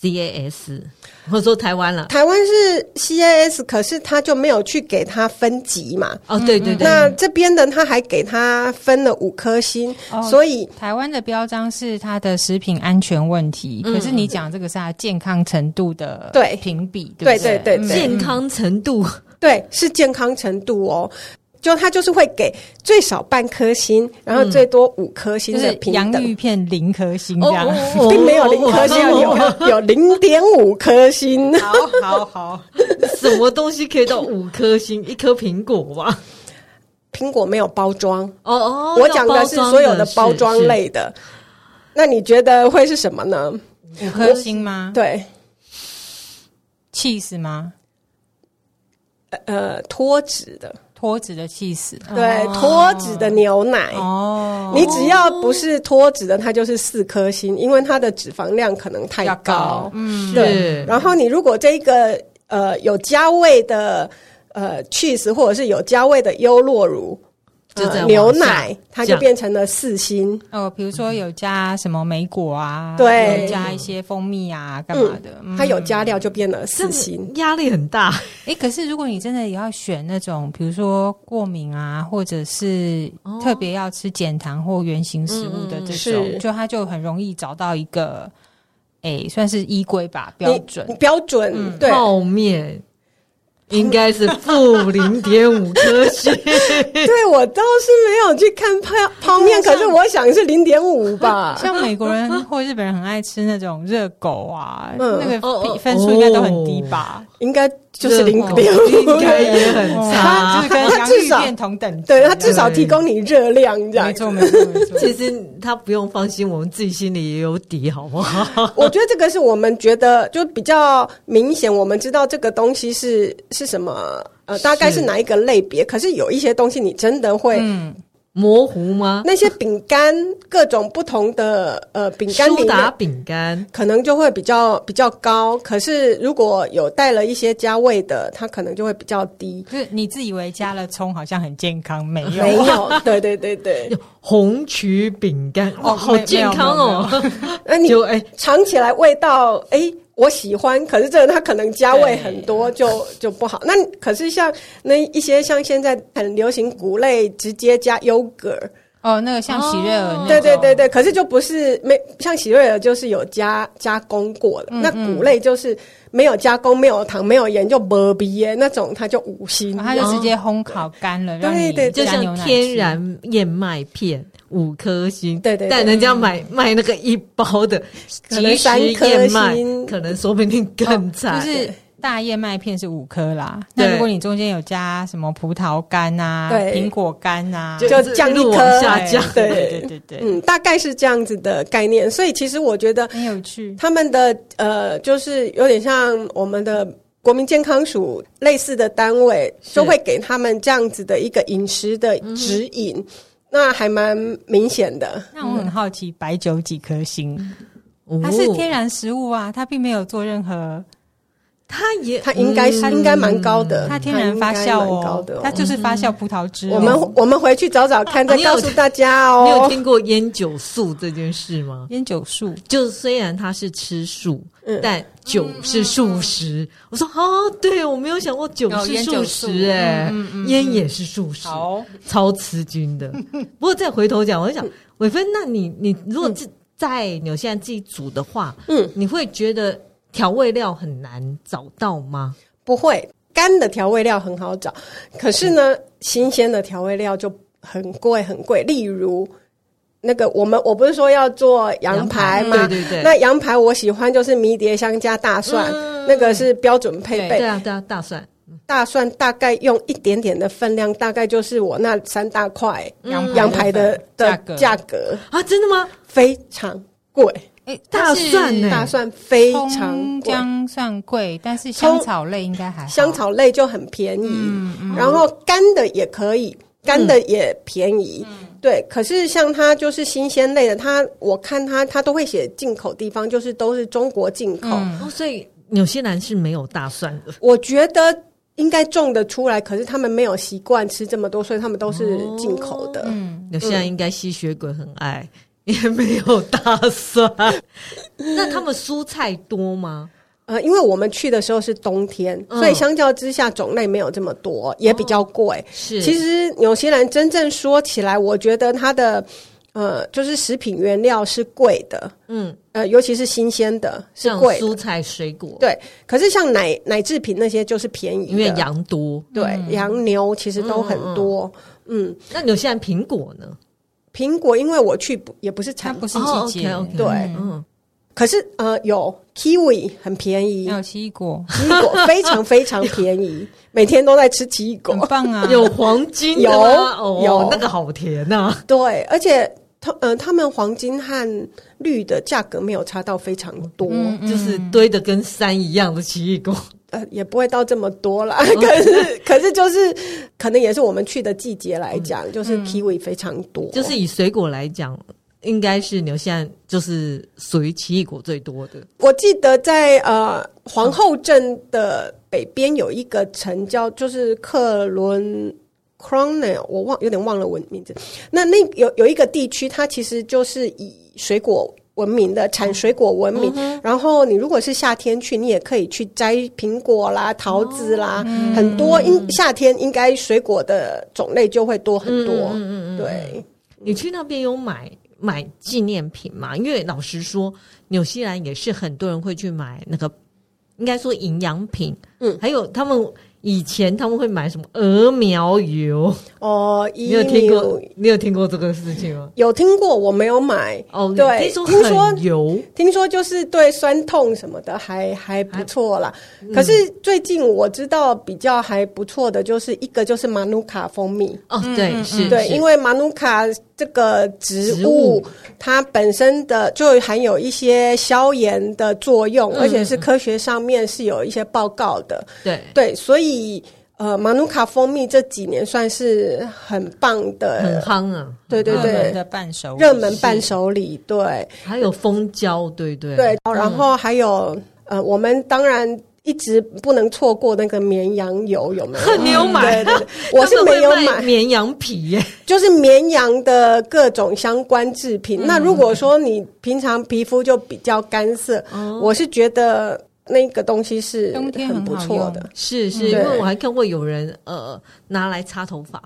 S2: CAS，或者说台湾了。
S1: 台湾是 CIS，可是他就没有去给他分级嘛。
S2: 哦，对对
S1: 嗯
S2: 对，
S1: 那这边的他还给他分了五颗星，
S3: 哦
S1: 所以
S3: 台湾的标章是它的食品安全问题，可是你讲这个是它健康程度的
S1: 嗯对
S3: 评比，
S1: 对
S3: 不对嗯
S1: 对对对
S2: 嗯健康程度
S1: 对是健康程度哦。就他就是会给最少半颗星，然后最多五颗星
S3: 嗯就
S1: 的
S3: 是
S1: 平
S3: 洋
S1: 等，哦
S3: 芋片零颗星这样。
S1: 并没有零颗星， 有有零点五颗星。哦
S3: 好好好，
S2: 什么东西可以到五颗星？ 一颗苹果吧？
S1: 苹果没有包装，
S2: 哦哦，
S1: 我讲的是所有的包装类的。那你觉得会是什么呢？
S3: 五颗星吗？
S1: 对，
S3: ，cheese 吗？
S1: 呃，脱脂的，
S3: 脱脂的 cheese。
S1: 对，脱脂的牛奶。
S3: 哦，
S1: 你只要不是脱脂的，它就是四颗星，因为它的脂肪量可能太
S3: 要
S1: 高
S3: 高。。嗯，
S2: 对，
S1: 然后你如果这个呃有加味的呃 cheese 或者是有加味的优酪乳、
S2: 就
S1: 呃
S2: 在
S1: 牛奶，它就
S2: 降
S1: 变成了四星。
S3: 哦，比如说有加什么莓果啊，
S1: 对
S3: 有加一些蜂蜜啊，干嘛的？嗯
S1: 它有加料就变了四星。
S2: 压力很大。
S3: 哎，可是如果你真的也要选那种，比如说过敏啊，或者是
S2: 哦
S3: 特别要吃减糖或原型食物的这种，
S1: 哦嗯是
S3: 就它就很容易找到一个，哎，算是依规吧嗯标准嗯
S1: 你。标准、对，
S2: 泡面应该是负零点五颗星，
S1: 对我倒是没有去看泡泡面，可是我想是零点五吧。
S3: 像美国人 或日本人很爱吃那种热狗啊，
S1: 嗯
S3: 那
S2: 哦
S3: 个
S2: 哦
S3: 比分数应该都很低吧？
S1: 应该就是零
S2: 热狗
S1: 点
S3: 哦
S1: 五
S2: 应，该也很差
S3: 它就是。跟
S1: 它
S3: 洋
S1: 至
S3: 芋
S1: 少
S3: 片同等 级。
S1: 对它至少提供你热量这样
S3: 没。错没错没 错。
S2: 其实他不用放心，我们自己心里也有底，好 不好？
S1: 我觉得这个是我们觉得就比较明显，我们知道这个东西是是什么，呃，大概是
S2: 是
S1: 哪一个类别。可是有一些东西你真的会，
S3: 嗯，
S2: 模糊吗？
S1: 那些饼干各种不同的呃饼干里
S2: 苏打
S1: 面。
S2: 饼干，
S1: 可能就会比较比较高，可是如果有带了一些加味的，它可能就会比较低。
S3: 就是你自以为加了葱好像很健康，没有。啊
S1: 没有，对对对 对。
S2: 红曲饼干，哇，
S3: 哦
S2: 好健康哦！
S1: 那 你
S2: 就哎，
S1: 尝起来味道，哎、我喜欢，可是这个它可能加味很多，就就不好。那可是像那一些像现在很流行谷类，直接加优格儿，
S3: 哦，那个像喜瑞尔
S2: 哦
S1: 对
S3: 那种
S1: 对对对，可是就不是没像喜瑞尔就是有加加工过
S3: 嗯
S1: 的，那谷类就是没有加工、没有糖、没有盐就没鼻耶那种，它就五星。
S3: 哦然后它就直接烘烤干了，
S1: 对
S3: 让你
S1: 对
S2: 哦就
S3: 加
S2: 像
S3: 牛奶吃
S2: 天。然燕麦片五颗星，
S1: 对对对
S2: 但人家买卖那个一包的
S1: 可能
S2: 即
S1: 三
S2: 食
S1: 颗
S2: 燕麦
S1: 星，哦
S2: 可能说不定更惨。
S3: 就是大燕麦片是五颗啦，
S2: 对
S3: 那如果你中间有加什么葡萄干啊、
S1: 对
S3: 苹果干啊，
S1: 就降一
S2: 一路
S1: 颗哎
S2: 往下降，
S1: 对
S3: 对对对对，
S1: 嗯，大概是这样子的概念。所以其实我觉得
S3: 很有趣。
S1: 他们的呃，就是有点像我们的国民健康署类似的单位，
S2: 是
S1: 就会给他们这样子的一个饮食的指引，
S3: 嗯
S1: 那还蛮明显的。
S3: 那我很好奇，白酒几颗星？
S2: 哦
S3: 它是天然食物啊，它并没有做任何，
S2: 它哦也
S1: 它应该是、应该蛮高的，
S3: 嗯它天然发
S1: 嗯
S3: 酵
S1: 它应该蛮高
S3: 哦
S1: 的、，
S3: 它哦就是发
S2: 嗯
S3: 酵葡萄汁哦。
S1: 我们我们回去找找看，再
S2: 你有
S1: 告诉大家
S2: 你有
S1: 哦。
S2: 听过烟酒素这件事吗？
S3: 烟酒树
S2: 就虽然它是吃素，
S1: 嗯
S2: 但酒是素食。我说哦，对我没有想过酒
S3: 嗯哦
S2: 是
S3: 烟酒
S2: 素
S3: 素
S2: 食、哎、
S3: 嗯嗯嗯
S2: 烟也是素食。
S3: 好，
S2: 超吃惊 的。不过再回头讲，我就想，伟芬，那你你如果是在纽西兰自己煮的话，
S1: 嗯，
S2: 你会觉得调味料很难找到吗？
S1: 不会，干的调味料很好找，可是呢，新鲜的调味料就很贵很贵。例如那个我们我不是说要做羊排吗？
S2: 对对对，
S1: 那羊排我喜欢就是迷迭香加大蒜，
S2: 嗯
S1: 那个是标准配备
S2: 对。啊对啊，大蒜
S1: 大蒜大概用一点点的分量，大概就是我那三大块
S3: 羊
S1: 嗯羊排的的
S3: 嗯价格
S1: 价格
S2: 啊，真的吗？
S1: 非常贵，
S3: 哎，
S2: 大
S3: 但是
S2: 蒜呢嗯
S1: 大蒜非常
S3: 葱
S1: 贵，
S3: 姜算贵，但是
S1: 葱
S3: 香草类应该还好。
S1: 香草类就很便宜。
S3: 嗯，嗯
S1: 然后干的也可以，干的也便宜。
S3: 嗯
S1: 对，可是像它就是新鲜类的，它我看它它都会写进口地方，就是都是中国进口。
S3: 嗯
S2: 哦，所以纽西兰是没有大蒜的。
S1: 我觉得应该种得出来，可是他们没有习惯吃这么多，所以他们都是进口的。
S3: 嗯
S2: 有些
S1: 嗯
S2: 人应该吸血鬼很爱， 也没有大蒜。那他们蔬菜多吗？
S1: 呃，因为我们去的时候是冬天，
S2: 嗯
S1: 所以相较之下种类没有这么多，也比较贵。
S2: 是，
S1: 其实纽西兰真正说起来，我觉得它的呃，就是食品原料是贵的，
S2: 嗯，
S1: 呃，尤其是新鲜的是
S2: 像
S1: 贵的
S2: 蔬菜水果，
S1: 对。可是像奶奶制品那些就是便宜的，
S2: 因为嗯羊多。
S1: 对、羊牛其实都很
S2: 嗯
S1: 多。嗯
S2: 那纽西兰苹果呢？
S1: 苹果因为我去不也不是
S3: 它
S1: 产
S3: 不是
S2: 哦
S3: 季节，
S2: ，OK，OK
S1: 对
S2: 嗯，
S1: 可是呃有 kiwi 很便宜
S3: 还，有奇异果，
S1: 奇异果非常非常便宜，每天都在吃奇异果
S3: 很。棒啊！
S2: 有黄金的
S1: 有
S2: 吗哦，
S1: 有
S2: 那个好甜啊呐。
S1: 对，而且他呃，他们黄金和绿的价格没有差到非常多，
S3: 嗯
S2: 就是堆的跟山一样的奇异果，
S1: 呃，也不会到这么多啦。 可是可是就是可能也是我们去的季节来讲，就是 kiwi 非常多，
S2: 就是以水果来讲，应该是纽西兰就是属于奇异果最多的。
S1: 我记得在呃皇后镇的北边有一个城叫就是克伦。Crownell，我忘有点忘了文名字。那那有有一个地区，它其实就是以水果闻名的，产水果闻名。
S2: 嗯
S1: 然后你如果是夏天去，你也可以去摘苹果啦、桃子啦，很多应夏天应该水果的种类就会多很多。
S2: 嗯嗯嗯嗯
S1: 对，
S2: 你去那边有买买纪念品吗？因为老实说，纽西兰也是很多人会去买那个，应该说营养品，
S1: 嗯，
S2: 还有他们以前他们会买什么鹅苗油，
S1: 哦，
S2: 你有听过
S1: 有？
S2: 你有听过这个事情吗？
S1: 有听过，我没有买。
S2: 哦，
S1: 对，
S2: 听
S1: 听
S2: 说
S1: 说
S2: 很油，
S1: 听说就是对酸痛什么的还还不错啦。
S2: 嗯
S1: 可是最近我知道比较还不错的，就是一个就是马努卡蜂蜜，
S2: 哦，对，是，
S1: 对，
S2: 是
S1: 因为马努卡这个植物
S2: 植物
S1: 它本身的就含有一些消炎的作用，
S2: 嗯
S1: 而且是科学上面是有一些报告的。
S2: 对。
S1: 对，所以呃，马努卡蜂蜜这几年算是很棒
S2: 很
S1: 的，
S2: 夯啊，
S1: 对对
S3: 热门
S1: 对，
S3: 的伴手礼
S1: 热门伴手礼，对。
S2: 还有蜂胶，对对
S1: 对，
S3: 嗯
S1: 然后还有、呃，我们当然一直不能错过那个绵羊油，有没有？
S2: 你有买
S1: 对对对， 我是没有
S2: 他们会卖
S1: 买，
S2: 绵羊皮耶，
S1: 就是绵羊的各种相关制品。
S3: 嗯
S1: 那如果说你平常皮肤就比较干涩，我是觉得那个东西是
S3: 哦冬天很
S1: 不
S3: 好
S1: 错
S3: 用
S1: 的。
S2: 是
S1: 嗯
S2: 是，因
S1: 对
S2: 为我还看过有人呃拿来擦头发，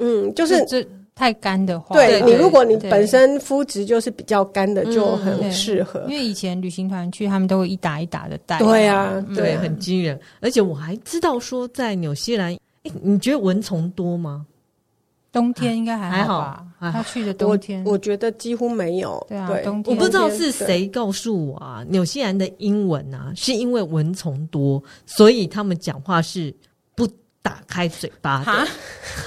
S1: 嗯，就
S3: 就是是。这太干的话，
S1: 对
S2: 对
S1: 你，如果你
S3: 对嗯
S1: 本身肤质就是比较干的，就很
S3: 对
S1: 适合
S3: 因。为以前旅行团去，他们都会一打一打的带，
S1: 对啊，
S3: 嗯
S2: 对，
S1: 对，
S2: 很惊人。而且我还知道说，在纽西兰，诶你觉得蚊虫多吗？
S3: 冬天应该还好吧？
S2: 还好还
S3: 他去的冬
S1: 我
S3: 天，
S1: 我觉得几乎没有。
S3: 对啊
S1: 对，
S3: 冬
S2: 我
S3: 天
S2: 不知道
S1: 冬
S2: 是
S1: 天
S2: 谁告诉我啊，纽西兰的英文啊，是因为蚊虫多，所以他们讲话是不打开嘴巴的，
S3: 哈，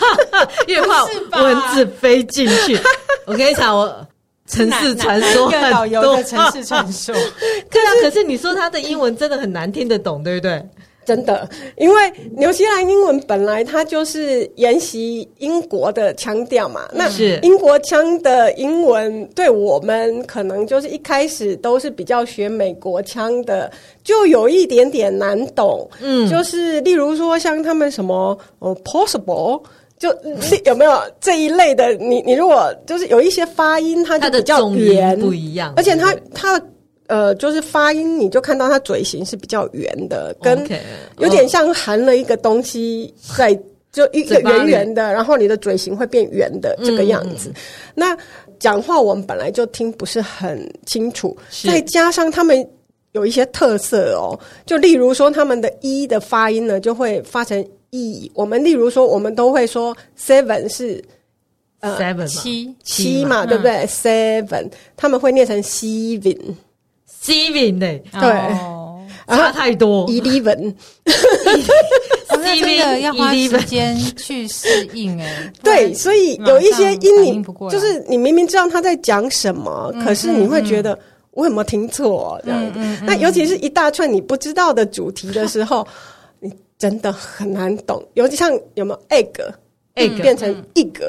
S2: 因为怕蚊子飞进 去。我跟你讲，我城市传说
S3: 哪哪一个导
S2: 很
S3: 游
S2: 多
S3: 的城市传说，
S2: 对啊，可是你说他的英文真的很难听得懂，对不对？
S1: 真的，因为纽西兰英文本来它就是沿袭英国的腔调嘛，那
S2: 嗯是
S1: 英国腔的英文对我们可能就是一开始都是比较学美国腔的，就有一点点难懂。
S2: 嗯
S1: 就是例如说像他们什么哦 possible。就 有没有这一类的？你你如果就是有一些发音，它
S2: 他
S1: 就
S2: 的
S1: 比较
S2: 重音
S1: 圆，
S2: 不一样，
S1: 而且它
S2: 对不对
S1: 它呃，就是发音，你就看到它嘴型是比较圆的，跟
S2: OK，
S1: 有
S2: 哦
S1: 点像含了一个东西在。就一个
S2: 嗯嘴巴里嗯
S1: 圆圆的，然后你的嘴型会变圆的这个样子。那讲话我们本来就听不是很清楚，
S2: 是
S1: 再加上他们有一些特色哦，就例如说他们的“一”的发音呢，就会发成 “e”。我们例如说，我们都会说 “seven” 是
S2: 哦 seven 嘛
S3: 呃
S2: 嗯
S3: 七
S1: 七嘛，对不对？seven，他们会念成 seven，
S2: ，seven 呢、
S1: 对
S3: 哦
S1: 啊
S2: 差太多。
S1: eleven，
S3: 哦那真的要花
S2: Eleven
S3: 时间去适应哎。不然
S1: 对，所以有一些音
S3: 马上反
S1: 你
S3: 应不过来嗯
S1: 就是你明明知道他在讲什么，可是你会觉得我有没有听错啊这样子？
S3: 嗯
S1: 那尤其是一大串你不知道的主题的时 候，你真的很难懂。尤其像有没有 egg，嗯
S2: egg
S1: 变成
S3: 嗯
S1: egg，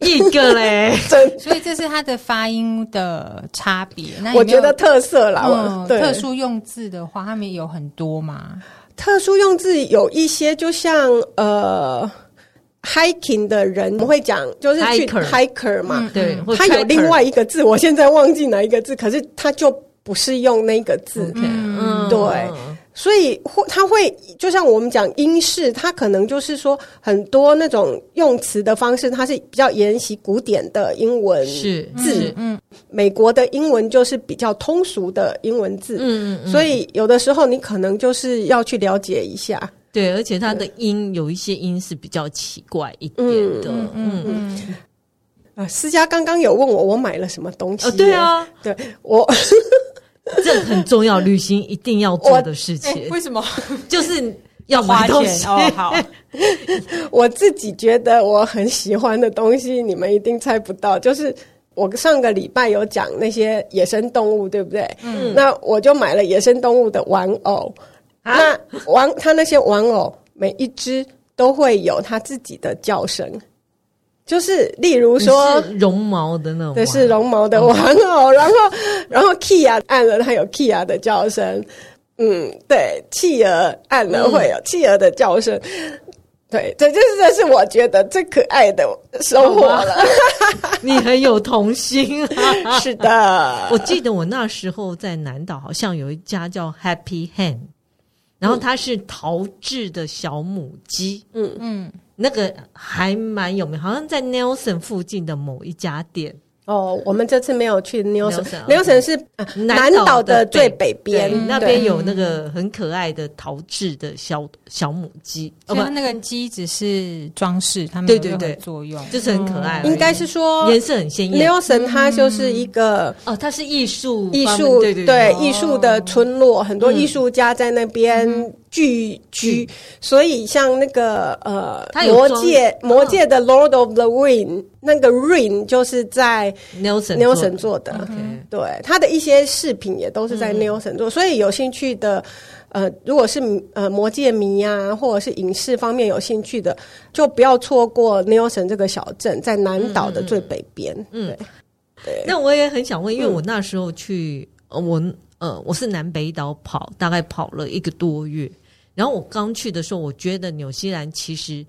S2: 哎一个 嘞，
S1: 真
S3: 所以这是它的发音的差别。那有没有
S1: 我觉得特色啦，我
S3: 嗯，
S1: 对
S3: 特殊用字的话，他们有很多嘛。
S1: 特殊用字有一些，就像呃，hiking 的人，我们会讲就是去
S2: Hiker
S1: hiker
S3: 嗯
S1: 嘛，
S2: 对，嗯或
S1: 它有
S2: tracker
S1: 另外一个字，我现在忘记哪一个字，可是它就不是用那个字，
S2: OK，嗯，
S1: 对所以或它会就像我们讲英式，它可能就是说很多那种用词的方式，它是比较沿袭古典的英文，
S2: 是
S1: 字
S2: 是
S3: 嗯
S1: 美国的英文就是比较通俗的英文字，
S2: 嗯嗯嗯，
S1: 所以有的时候你可能就是要去了解一下，
S2: 对，而且它的音有一些音是比较奇怪一点的，
S3: 嗯嗯
S2: 嗯，
S3: 嗯，
S1: 啊，思佳刚刚有问我我买了什么东西、
S2: 哦，对，啊，
S1: 对我
S2: 这很重要，旅行一定要做的事
S3: 哎、
S2: 情
S3: 为什么
S2: 就是要
S3: 花
S2: 买
S3: 钱
S2: 东 西，
S3: 哦？好，
S1: 我自己觉得我很喜欢的东西，你们一定猜不到，就是。我上个礼拜有讲那些野生动物，对不对？嗯，那我就买了野生动物的玩偶。
S2: 啊
S1: 那玩它那些玩偶，每一只都会有它自己的叫声，就是例如
S2: 你
S1: 说
S2: 是绒毛的那种吗，
S1: 对，是绒毛的玩偶，然后然后 Kia 按了，它有 Kia 的叫声，嗯，对，企鹅按了会有企鹅的叫声，对，这就是这是我觉得最可爱的收获了，
S2: 你很有童心啊！
S1: 是的，
S2: 我记得我那时候在南岛，好像有一家叫 Happy Hen，然后它是陶制的小母鸡，
S3: 嗯，
S2: 那个还蛮有名，好像在 Nelson 附近的某一家店。
S1: 哦，我们这次没有去
S2: Nelson，
S1: Nelson，Nelson 是呃
S2: 南
S1: 南
S2: 岛
S1: 岛的
S2: 的
S1: 最
S2: 北
S1: 北边
S2: 对，那
S1: 对
S2: 边有那个很可爱的陶制的小小母鸡，哦
S3: 所以它
S2: 不，
S3: 那个鸡只是装饰，它没
S2: 对
S3: 有
S2: 对
S3: 任何
S2: 对
S3: 作用，
S2: 就是很可爱而已，
S1: 应该是说
S2: 颜色很鲜艳。
S1: Nelson 它就是一个。
S2: 哦，它是艺术
S1: 艺
S2: 方面
S1: 术
S2: 对哦对对，
S1: 艺术的村落，很多艺术家在那边
S2: 嗯
S1: 聚居，所以像那个呃
S2: 它，有
S1: 魔
S2: 装
S1: 界
S2: 嗯
S1: 魔界的 Lord of the Ring，那个 Ring 就是在
S2: Nelson
S1: Nelson
S2: 做
S1: 做的，
S2: 的嗯 OK
S1: 对，他的一些饰品也都是
S2: 嗯
S1: 在 Nelson 做，所以有兴趣的，呃，如果是呃魔界迷啊，或者是影视方面有兴趣的，就不要错过 Nelson 这个小镇，在南岛的最北边。
S2: 嗯
S1: 嗯，对，
S2: 那我也很想问，因为
S3: 嗯
S2: 我那时候去，呃我呃，我是南北岛跑，大概跑了一个多月。然后我刚去的时候，我觉得纽西兰其实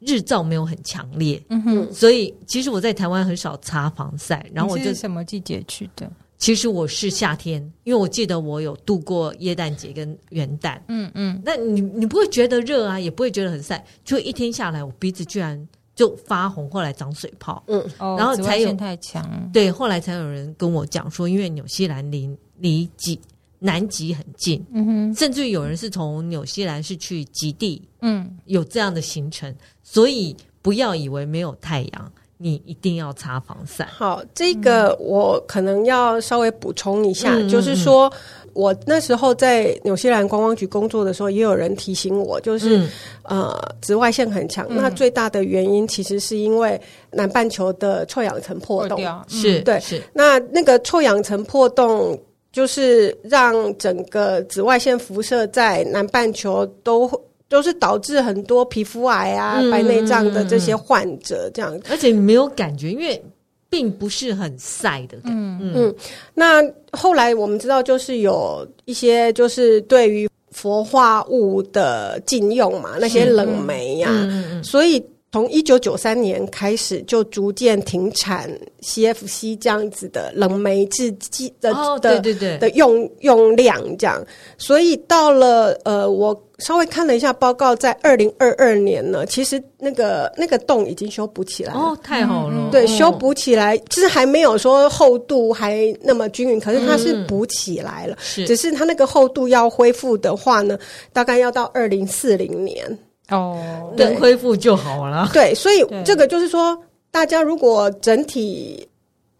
S2: 日照没有很强烈，
S3: 嗯哼，
S2: 所以其实我在台湾很少擦防晒。然后我
S3: 你
S2: 就是
S3: 什么季节去的？
S2: 其实我是夏天，因为我记得我有度过耶诞节跟元旦。
S3: 嗯嗯，
S2: 那你你不会觉得热啊，也不会觉得很晒，就一天下来，我鼻子居然就发红，后来长水泡。
S3: 哦，
S2: 然后
S3: 紫
S2: 才
S3: 外
S2: 有
S3: 线太强，
S2: 对，后来才有人跟我讲说，因为纽西兰离离极南极很近，
S3: 嗯哼，
S2: 甚至于有人是从纽西兰是去极地，
S3: 嗯，
S2: 有这样的行程，所以不要以为没有太阳，你一定要擦防晒。
S1: 好，这个我可能要稍微补充一下，
S2: 嗯嗯
S1: 就是说我那时候在纽西兰观光局工作的时候，也有人提醒我，就是、
S2: 嗯
S1: 呃，紫外线很强。那最大的原因其实是因为南半球的臭氧层破
S3: 破
S1: 洞。
S3: 掉
S2: 是，
S1: 嗯对
S2: 是，
S1: 那那个臭氧层破洞。就是让整个紫外线辐射在南半球都会都是导致很多皮肤癌啊、
S2: 嗯
S1: 白内障的这些患者这样
S2: 而且你没有感觉，因为并不是很晒的感觉。
S3: 嗯
S2: 嗯
S1: 那后来我们知道，就是有一些就是对于氟化物的禁用嘛，那些冷媒呀、
S2: 嗯嗯
S1: 所以从一九九三年开始就逐渐停产 CFC 这样子的冷媒制剂的、
S2: 嗯，哦，对
S1: 的
S2: 对对，
S1: 的用用量这样，所以到了呃，我稍微看了一下报告，在二零二二年呢，其实那个那个洞已经修补起来了。
S2: 哦，太好了，
S1: 嗯对，
S2: 哦
S1: 修补起来，其实还没有说厚度还那么均匀，可是它是补起来了，
S2: 是
S1: 只是它那个厚度要恢复的话呢，大概要到二零四零年。
S3: 哦，
S1: 对
S2: 能恢复就好了。
S1: 对，所以
S3: 对
S1: 这个就是说，大家如果整体。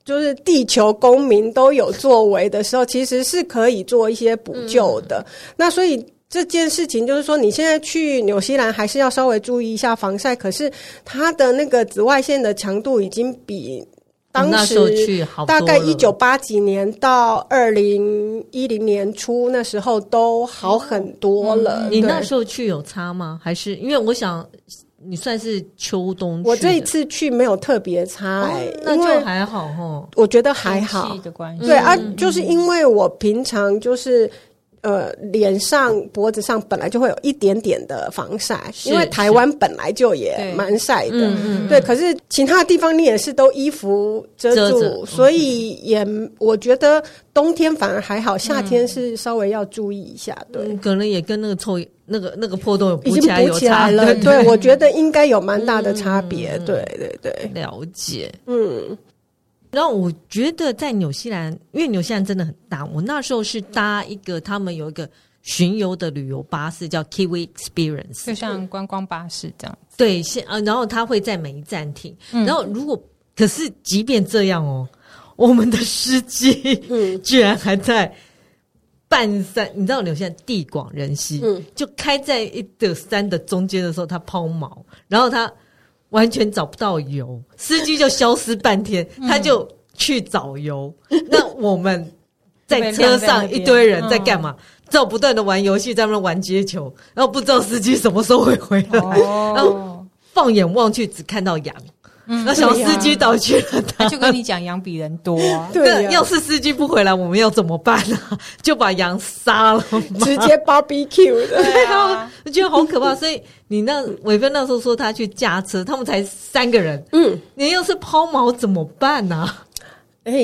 S1: 就是地球公民都有作为的时候，其实是可以做一些补救的。
S2: 嗯
S1: 那所以这件事情就是说，你现在去纽西兰还是要稍微注意一下防晒，可是它的那个紫外线的强度已经比当
S2: 哦那时候
S1: 时
S2: 去好多
S1: 大
S2: 了，
S1: 概一九八几年到二零一零年初那时候都好很多了。
S2: 嗯你
S1: 呃对
S2: 那时候去有擦吗？还是因为我想你算是秋冬去的，
S1: 我这一次去没有特别差、
S2: 哦
S1: 欸
S2: 那
S1: 因
S2: 就
S1: 为
S2: 还好哦。
S1: 我觉得还好
S2: 嗯
S1: 啊
S3: 天气。的关系，
S1: 对啊，就是因为我平常就是。呃脸上、脖子上本来就会有一点点的防晒，
S2: 是
S1: 因为台湾本来就也
S3: 对
S1: 蛮晒的。
S2: 嗯嗯
S1: 对，可是其他地方你也是都衣服遮
S2: 遮
S1: 住，
S2: 着嗯
S1: 所以也我觉得冬天反而还好，夏天是稍微要注意一下。对，
S2: 嗯，可能也跟那个臭那个那个破洞有
S1: 已
S2: 补
S1: 经
S2: 起来
S1: 补
S2: 有
S1: 起来
S2: 差
S1: 了。
S2: 对
S1: 对，我觉得应该有蛮大的差别。
S2: 嗯嗯嗯
S1: 对对对，
S2: 了解。
S1: 嗯
S2: 然后我觉得在纽西兰，因为纽西兰真的很大，我那时候是搭一个他们有一个巡游的旅游巴士叫 Kiwi Experience，
S3: 就像观光巴士这样。
S2: 对，先呃，然后他会在每一站停，
S1: 嗯
S2: 然后如果可是即便这样哦，我们的司机
S1: 嗯
S2: 居然还在半山，你知道，纽西兰地广人稀，
S1: 嗯
S2: 就开在一个山的中间的时候，他抛锚，然后他完全找不到油，司机就消失半天，
S3: 嗯
S2: 他就去找油，那我们。在车上一堆人在干嘛？
S3: 嗯
S2: 在不断的玩游戏，在那边玩接球，然后不知道司机什么时候会回来。
S3: 哦，
S2: 放眼望去只看到羊，
S3: 嗯
S2: 那小司机倒去了他。
S3: 就跟你讲，羊比人多 啊。
S1: 对呀
S2: 那要是司机不回来，我们要怎么办呢、啊？就把羊 杀了吗？
S1: 直接 barbecue 的。
S3: 对啊，
S2: 我觉得好可怕。所以你那伟芬那时候说他去驾车，他们才三个人，
S1: 嗯，
S2: 你要是抛锚怎么办啊呢、
S1: 哎，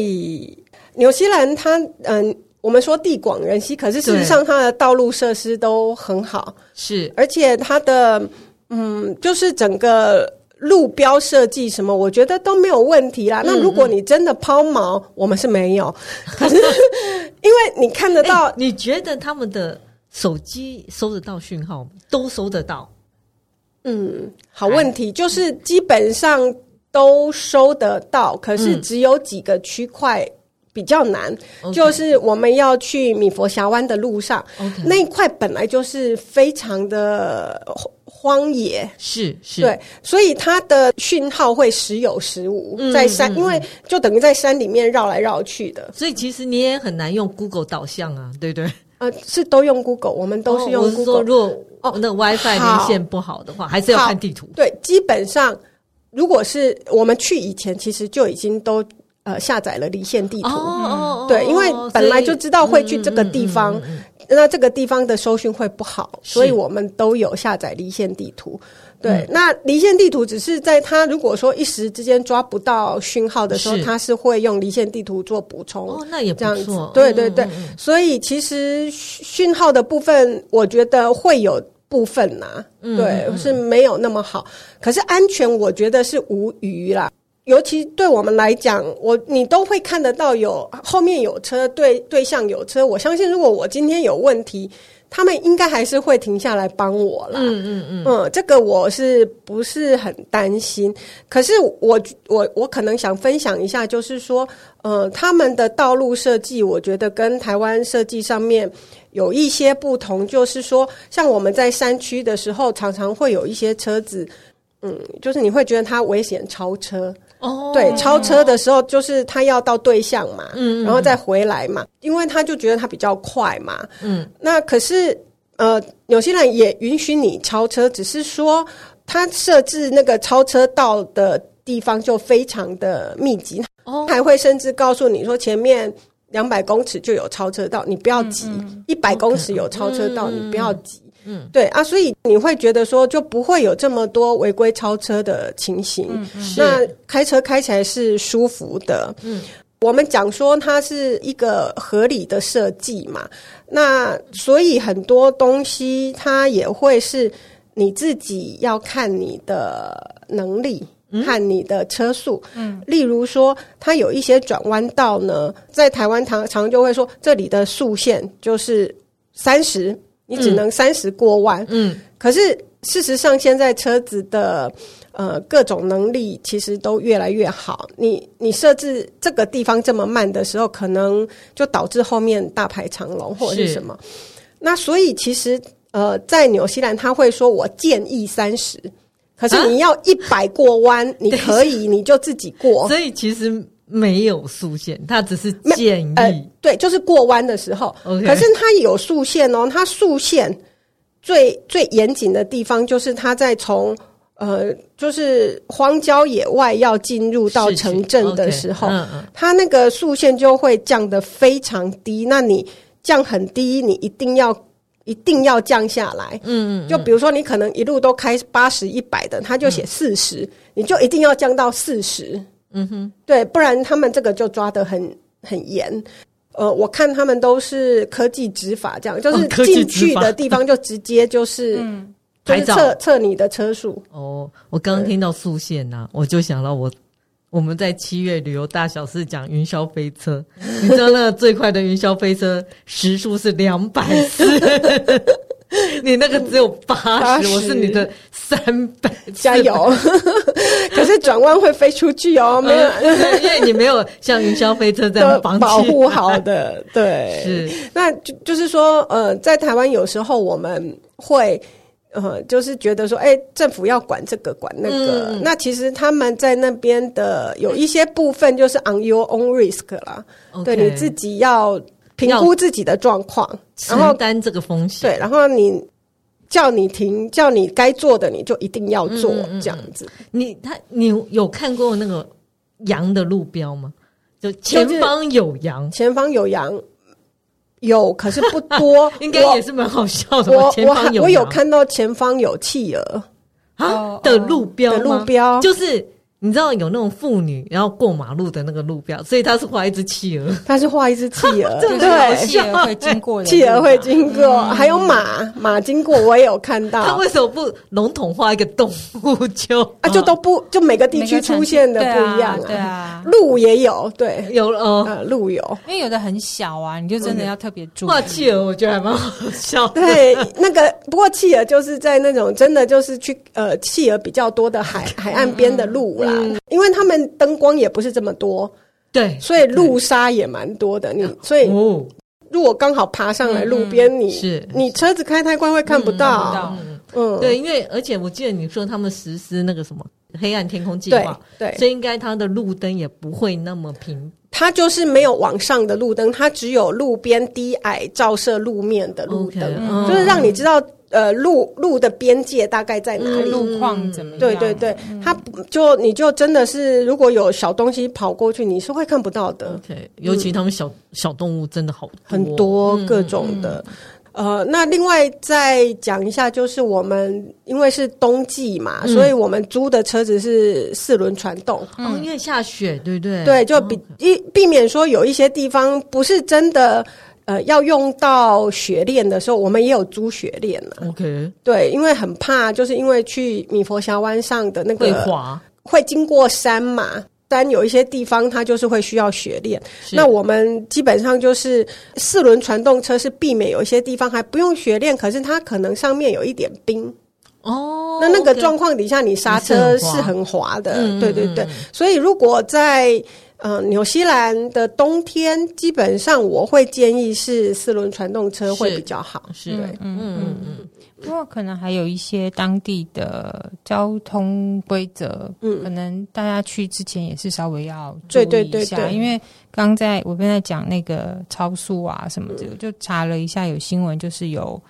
S1: 纽西兰它嗯。我们说地广人稀，可是事实上它的道路设施都很好，
S2: 是
S1: 而且它的嗯，就是整个路标设计什么，我觉得都没有问题啦。那如果你真的抛锚，我们是没有，可是因为你看得到，
S2: 哎你觉得他们的手机收得到讯号吗？都收得到，
S1: 嗯，好问
S2: 哎
S1: 题，就是基本上都收得到，可是只有几个区块比较难，
S2: 嗯 OK
S1: 就是我们要去米佛峡湾的路上
S2: OK
S1: 那一块本来就是非常的荒荒野，
S2: 是是，
S1: 对，所以它的讯号会时有时无，
S2: 嗯
S1: 在山，因为就等于在山里面绕来绕去的，
S2: 所以其实你也很难用 Google 导向啊，对不对？
S1: 呃，是都用 Google，我们都是
S2: 哦我
S1: 用
S2: 是说，
S1: Google，、
S2: 如果哦，那 WiFi
S1: 好
S2: 连线不好的话，还是要看地图。
S1: 对，基本上如果是我们去以前，其实就已经都呃下载了离线地图。
S2: 哦嗯
S1: 对，因为本来就知道会去这个地方，那这个地方的搜寻会不好，所以
S2: 是嗯
S1: 我们都有下载离线地图。对，那离线地图只是在它如果说一时之间抓不到讯号的时候，
S2: 是
S1: 它是会用离线地图做补充。
S2: 哦，那也不
S1: 这样子
S2: 错。，
S1: 对
S2: 嗯
S1: 对对，所以其实讯讯号的部分，我觉得会有部分呐、
S2: 嗯
S1: 对，是没有那么好。可是安全，我觉得是无虞啦。尤其对我们来讲，我你都会看得到有后面有车，对对象有车。我相信，如果我今天有问题，他们应该还是会停下来帮我啦。
S2: 嗯嗯嗯，
S1: 嗯，这个我是不是很担心？可是我我我可能想分享一下，就是说，呃，他们的道路设计，我觉得跟台湾设计上面有一些不同，就是说，像我们在山区的时候，常常会有一些车子。嗯，就是你会觉得它危险超车，
S2: 哦，
S1: 对，超车的时候就是他要到对象嘛，
S2: 嗯嗯
S1: 然后再回来嘛，因为他就觉得他比较快嘛，
S2: 嗯，
S1: 那可是呃，纽西兰也允许你超车，只是说他设置那个超车道的地方就非常的密集，
S2: 哦，
S1: 还会甚至告诉你说前面。两百公尺就有超车道，你不要急；一百、公尺有超车道，
S2: 嗯嗯嗯
S1: 你不要急。嗯，对啊，所以你会觉得说就不会有这么多违规超车的情形。
S2: 是
S1: 那开车开起来是舒服的。
S2: 嗯，
S1: 我们讲说它是一个合理的设计嘛，那所以很多东西它也会是你自己要看你的能力。
S2: 嗯
S1: 看你的车速，嗯，例如说，它有一些转弯道呢，在台湾常常就会说，这里的速限就是三十，你只能三十过弯，
S2: 嗯，
S1: 可是事实上，现在车子的呃各种能力其实都越来越好。你你设置这个地方这么慢的时候，可能就导致后面大排长龙或者是
S2: 是
S1: 什么。那所以其实呃，在纽西兰他会说我建议三十，可是
S2: 啊
S1: 你要一百过弯，你可 以你就自己过。
S2: 所以其实没有速限，它只是建
S1: 呃
S2: 议。，
S1: 对，就是过弯的时候。
S2: OK
S1: 可是它有速线哦，它速线最最严谨的地方就是它在从呃，就是荒郊野外要进入到
S2: 市区嗯
S1: 城镇的时候，
S2: ，OK，嗯嗯，
S1: 它那个速线就会降得非常低。那你降很低，你一定要一定要降下来。
S2: 嗯嗯，
S1: 就比如说，你可能一路都开八十、一百的，他就写四十，你就一定要降到四十。
S2: 嗯哼，
S1: 对，不然他们这个就抓得很很严。呃，我看他们都是科技执法，这样就
S2: 哦科
S1: 是
S2: 技
S1: 进
S2: 执
S1: 去
S2: 法
S1: 的地方就直接就是、
S3: 嗯，
S1: 就是
S2: 拍照
S1: 测测你的车速。
S2: 哦，我刚刚
S1: 对
S2: 听到速限呐、我就想到我我们在七月旅游大小事讲云霄飞 车，你知道那个最快的云霄飞车时速是两百 四，你那个只有八十，
S1: 80
S2: 我是你的三百，
S1: 加 油！可是转弯会飞出去哦，没有
S2: 呃， 因为你没有像云霄飞车这
S1: 都
S2: 样绑起来
S1: 保护好的，对，
S2: 是
S1: 那就就是说，呃，在台湾有时候我们会。呃，就是觉得说，哎、政府要管这个管那个，
S2: 嗯
S1: 那其实他们在那边的有一些部分就是 on your own risk 啦对，
S2: OK
S1: 你自己要评
S2: 要
S1: 估自己的状况，然后
S2: 承担这个风险。
S1: 对，然后你叫你停，叫你该做的你就一定要
S2: 嗯
S1: 做，这样子。
S2: 你他你有看过那个羊的路标吗？就前方有羊，
S1: 前方有羊，有可是不多
S2: ，应该也是蛮好笑的
S1: 我
S2: 吧。
S1: 我
S2: 前
S1: 我
S2: 方
S1: 还
S2: 有
S1: 我有
S2: 羊
S1: 看到前方有企鹅
S2: 啊
S3: 哦
S2: 的路标
S1: 的
S2: 吗
S1: 路，标，
S2: 就是你知道有那种妇女然后过马路的那个路标，所以她是画一只企鹅。
S1: 它是画一只企 鹅，
S2: 这
S3: 就
S2: 个
S3: 是
S1: 对，
S3: 有企鹅会经过 的，
S1: 企鹅会，经过，还有马马经过，我也有看
S2: 她
S1: 到。
S2: 为什么不笼统画一个动物就
S1: 啊，就都不就每个地区出现
S3: 嗯
S1: 的不一样
S3: 对啊，对啊
S1: 鹿也有，对，
S2: 有了哦？
S1: 呃，鹿有，
S3: 因为有的很小啊，你就真的要特别注意
S2: 画。企鹅我觉得还蛮好笑的。
S1: 对，那个不过企鹅就是在那种真的就是去呃企鹅比较多的海海岸边的路啦，因为他们灯光也不是这么多，
S2: 对，
S1: 所以路杀也蛮多的。你所以
S2: 哦，
S1: 如果刚好爬上来路边，你
S2: 是
S1: 你车子开太快会看不到。
S3: 到
S1: 嗯，
S2: 对，因为而且我记得你说他们实施那个什么黑暗天空计
S1: 对
S2: 划，
S1: 对，
S2: 所以应该它的路灯也不会那么平
S1: 它就是没有往上的路灯，它只有路边低矮照射路面的路
S2: OK，
S1: 灯，
S2: 嗯
S1: 就是让你知道呃路路的边界大概在哪里。
S2: 嗯
S3: 路况怎么样？
S1: 对对对，它不就你就真的是，如果有小东西跑过去，你是会看不到的。
S2: OK，尤其他们小、小动物真的好多
S1: 嗯很多各种的。
S2: 嗯
S1: 呃，那另外再讲一下，就是我们因为是冬季嘛，
S2: 嗯
S1: 所以我们租的车子是四轮传动，
S2: 哦，因为下雪，对不对？
S1: 对，就避避避免说有一些地方不是真的。呃，要用到雪链的时候，我们也有租雪链了。
S2: 哦 OK
S1: 啊对，因为很怕，就是因为去米佛峡湾上的那
S2: 会
S1: 个
S2: 滑，
S1: 会经过山嘛，山有一些地方它就是会需要雪链。
S2: 是
S1: 那我们基本上就是四轮传动车是避免有一些地方还不用雪链，可是它可能上面有一点冰，
S2: 哦，
S1: 那那个
S2: OK
S1: 状况底下你刹车是很滑的，
S2: 嗯
S1: 对对对
S2: 嗯。
S1: 所以如果在呃纽西兰的冬天，基本上我会建议是四轮传动车会
S2: 是
S1: 比较好。
S2: 是
S1: 对
S2: 嗯嗯嗯，
S3: 不过可能还有一些当地的交通规则，
S1: 嗯
S3: 可能大家去之前也是稍微要注意
S1: 对
S3: 一下，
S1: 对对对
S3: 因为刚在我刚才讲那个超速啊什么的，
S1: 嗯
S3: 就查了一下，有新闻就是有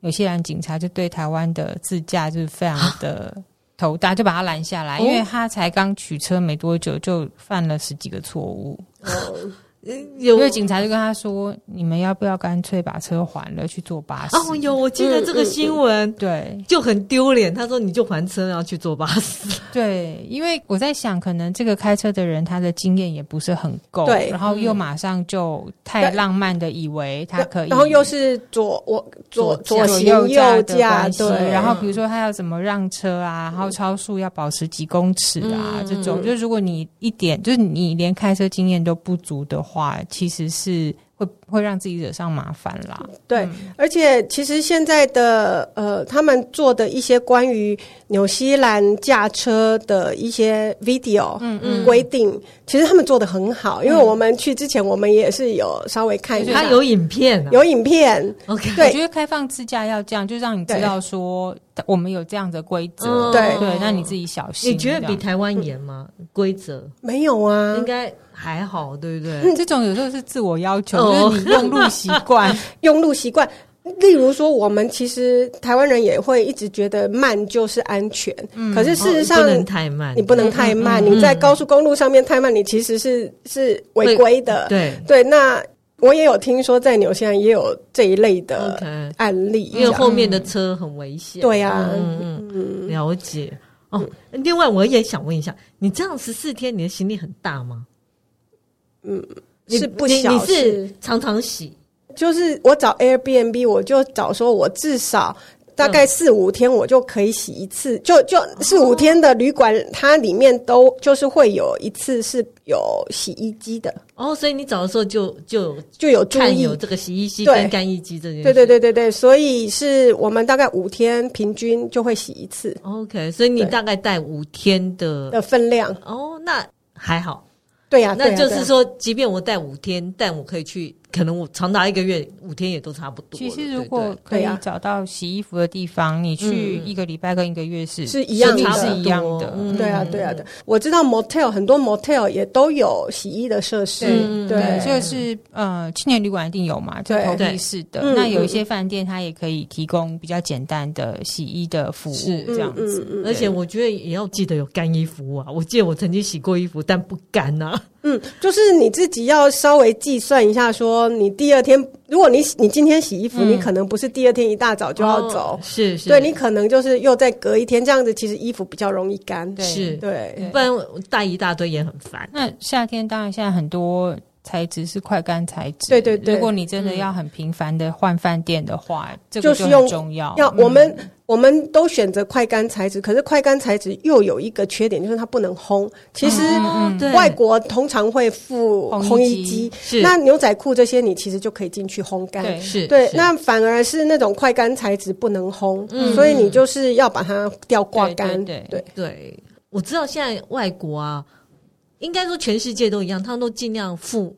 S3: 有些人警察就对台湾的自驾就是非常 的头大，就把他拦下来，
S2: 哦
S3: 因为他才刚取车没多久就犯了十几个错误，
S2: 嗯
S3: 因
S1: 哦
S2: 有
S3: 为警察就跟他说，你们要不要干脆把车还了去坐巴士？
S2: 哦有，我记
S1: 嗯
S2: 得这个新闻。
S3: 对，
S2: 就很丢脸，他说你就还车，然后去坐巴士。
S3: 对，因为我在想，可能这个开车的人他的经验也不是很够，
S1: 对
S3: 然后又马上就太浪漫的以为他可以，
S1: 然后又是左我左
S3: 左
S1: 行
S3: 右
S1: 右
S3: 的关系
S1: 对，嗯
S3: 然后比如说他要怎么让车啊，然后超速要保持几公尺啊，
S2: 嗯
S3: 这种，就如果你一点就是你连开车经验都不足的话，其实是会会让自己惹上麻烦啦。
S1: 对，而且其实现在的呃，他们做的一些关于纽西兰驾车的一些 video
S3: 嗯
S2: 嗯
S1: 规定，其实他们做的很好，因为我们去之前，我们也是有稍微看一
S3: 对
S1: 下
S2: 他，有影片、啊，
S1: 有影片，
S2: OK，
S1: 对
S3: 我觉得开放自驾要这样，就让你知
S1: 对
S3: 道说我们有这样的规则，
S2: 嗯
S1: 对
S3: 对，那你自己小心。
S2: 你觉
S3: 这
S2: 得
S3: 样
S2: 比台湾严吗？规则
S1: 没有啊
S2: 应？该还好，对不对？
S3: 嗯， 这种有时候是自我要求，
S2: 哦
S3: 就是你用路习 惯。
S1: 用路习惯。例如说，我们其实台湾人也会一直觉得慢就是安全，可是事实上
S2: 哦不能太慢，
S1: 你不能太慢，你在高速公路上面太慢，你其实是是违规的。
S2: 对
S1: 对，那我也有听说在纽西兰也有这一类的
S2: OK，
S1: 案例，
S2: 因为
S1: 这样
S2: 后面的车很危险。
S1: 呃对啊呀
S2: 嗯嗯，
S1: 嗯
S2: 了解。哦，另外我也想问一下，你这样十四天，你的行李很大吗？你
S1: 嗯是不
S2: 你
S1: 小
S2: 你是常常洗，
S1: 就是我找 Airbnb，我就找说我至少大
S2: 嗯
S1: 概四五天我就可以洗一次，就就四五天的旅馆，它里面都
S2: 哦
S1: 就是会有一次是有洗衣机的，
S2: 哦，所以你找的时候就就有
S1: 就有注
S2: 看
S1: 意
S2: 有。这个洗衣机
S1: 对
S2: 跟干衣机这件事。
S1: 对对对对对，所以是我们大概五天平均就会洗一次
S2: OK，所以你
S1: 对
S2: 大概带五天的
S1: 的分量。
S2: 哦，那还好。
S1: 对呀、啊对
S2: 那
S1: 呀
S2: 就是，说，即便我带五天，但我可以去，可能我长达一个月，五天也都差不多
S3: 其
S2: 了。
S3: 实如
S2: 对
S3: 果可
S1: 啊
S3: 以找到洗衣服的地方，你去
S2: 嗯
S3: 一个礼拜跟一个月是
S1: 是一样
S3: 是
S1: 的
S3: 是一样的。
S2: 嗯
S1: 对呀、对呀、对啊、对啊我知道 motel 很多 motel 也都有洗衣的设施，
S2: 嗯
S1: 对
S3: 对，就是呃，青年旅馆一定有嘛，就
S1: 对
S3: 投
S2: 对
S3: 币式的。
S1: 嗯
S3: 那有一些饭店它也可以提供比较简单的洗衣的服
S2: 是
S3: 务，这样子。
S1: 嗯嗯嗯
S2: 而且我觉得也要记得有干衣服啊！我记得我曾经洗过衣服，但不干啊呐、
S1: 嗯，就是你自己要稍微计算一下，说你第二天，如果你洗你今天洗衣服，
S3: 嗯
S1: 你可能不是第二天一大早就要走，
S2: 哦是是，
S1: 对你可能就是又再隔一天，这样子其实衣服比较容易干。
S3: 对
S2: 是，
S1: 对，
S2: 不然我带一大堆也很烦。
S3: 那夏天当然现在很多材质是快干材质，
S1: 对对对
S3: 如果你真的要很频繁的换饭店的话，这个
S1: 就是
S3: 就
S1: 用
S3: 很重要。
S1: 要
S3: 嗯
S1: 我们、我们都选择快干材质，可是快干材质又有一个缺点，就是它不能烘。其实
S3: 嗯嗯
S2: 对
S1: 外国通常会附烘
S3: 烘
S1: 衣
S3: 衣
S1: 机
S3: 机，
S2: 是
S1: 那牛仔裤这些你其实就可以进去烘干。
S3: 对
S2: 是
S1: 对，
S2: 是
S1: 那反而是那种快干材质不能烘，
S2: 嗯
S1: 所以你就是要把它吊挂
S3: 对对
S1: 干。
S3: 对
S2: 对，我知道现在外国啊，应该说全世界都一样，他们都尽量付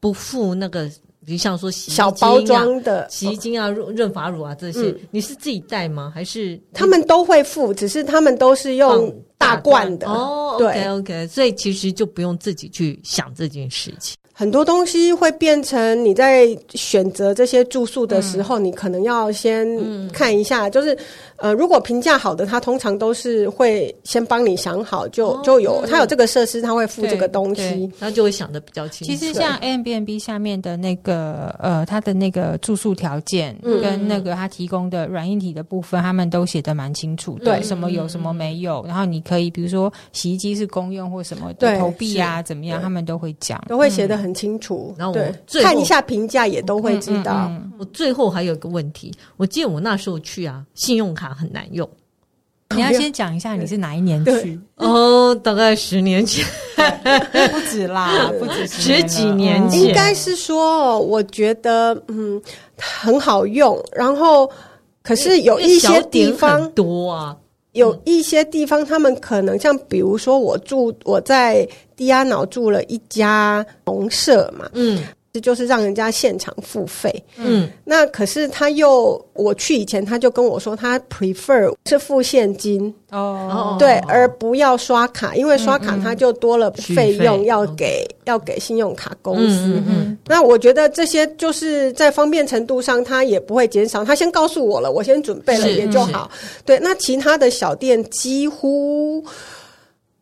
S2: 不付那个，比如像说洗衣
S1: 小包
S2: 精啊、
S1: 装的，
S2: 洗衣精啊、润润发乳啊这些，
S1: 嗯
S2: 你是自己带吗？还是
S1: 他们都会付，只是他们都是
S2: 放
S1: 用大罐的。
S2: 哦
S1: 对
S2: ，OK OK，所以其实就不用自己去想这件事情。
S1: 很多东西会变成你在选择这些住宿的时
S2: 嗯
S1: 候，你可能要先看一下，就是呃，如果评价好的，它通常都是会先帮你想好，就、
S2: 哦
S1: 就有
S2: 嗯
S1: 它有这个设施，它会附
S3: 对
S1: 这个东
S3: 对
S1: 西。
S2: 他就会想的比较清楚。
S3: 其实像 a b n b 下面的那个呃，它的那个住宿条件
S1: 嗯
S3: 跟那个它提供的软硬体的部分，他们都写的蛮清楚的，
S1: 对嗯
S3: 什么有什么没有，然后你可以比如说洗衣机是公用或什么
S1: 对
S3: 的投币啊怎么样，他们都会讲。
S1: 都会写的很清楚，
S2: 然后我最
S1: 对，
S2: 后
S1: 看一下评价也都会知道。
S3: 嗯
S2: 我最后还有一个问题，我记得我那时候去啊，信用卡很难用。
S3: 你要先讲一下你是哪一年去，
S1: 嗯
S2: 哦，大概十年前，
S3: 不止啦，不止
S2: 十几年
S3: 了嗯
S2: 前
S1: 应该是说，我觉得嗯很好用，然后可是有一
S2: 因为
S1: 些
S2: 小
S1: 地
S2: 点
S1: 方
S2: 很，多啊，
S1: 有一些地方他们可能像比如说我住我在迪亚瑙住了一家农舍嘛，
S2: 嗯
S1: 这就是让人家现场付费。
S2: 嗯，
S1: 那可是他又我去以前他就跟我说，他 prefer 是付现金，
S3: 哦，
S1: 对，而不要刷卡，因为刷卡它就多了
S2: 嗯续
S1: 费
S2: 费
S1: 用要
S2: ，OK
S1: 给要给信用卡公司。
S2: 嗯嗯嗯，
S1: 那我觉得这些就是在方便程度上，它也不会减少。他先告诉我了，我先准备了
S2: 是
S1: 也就好。对，那其他的小店几乎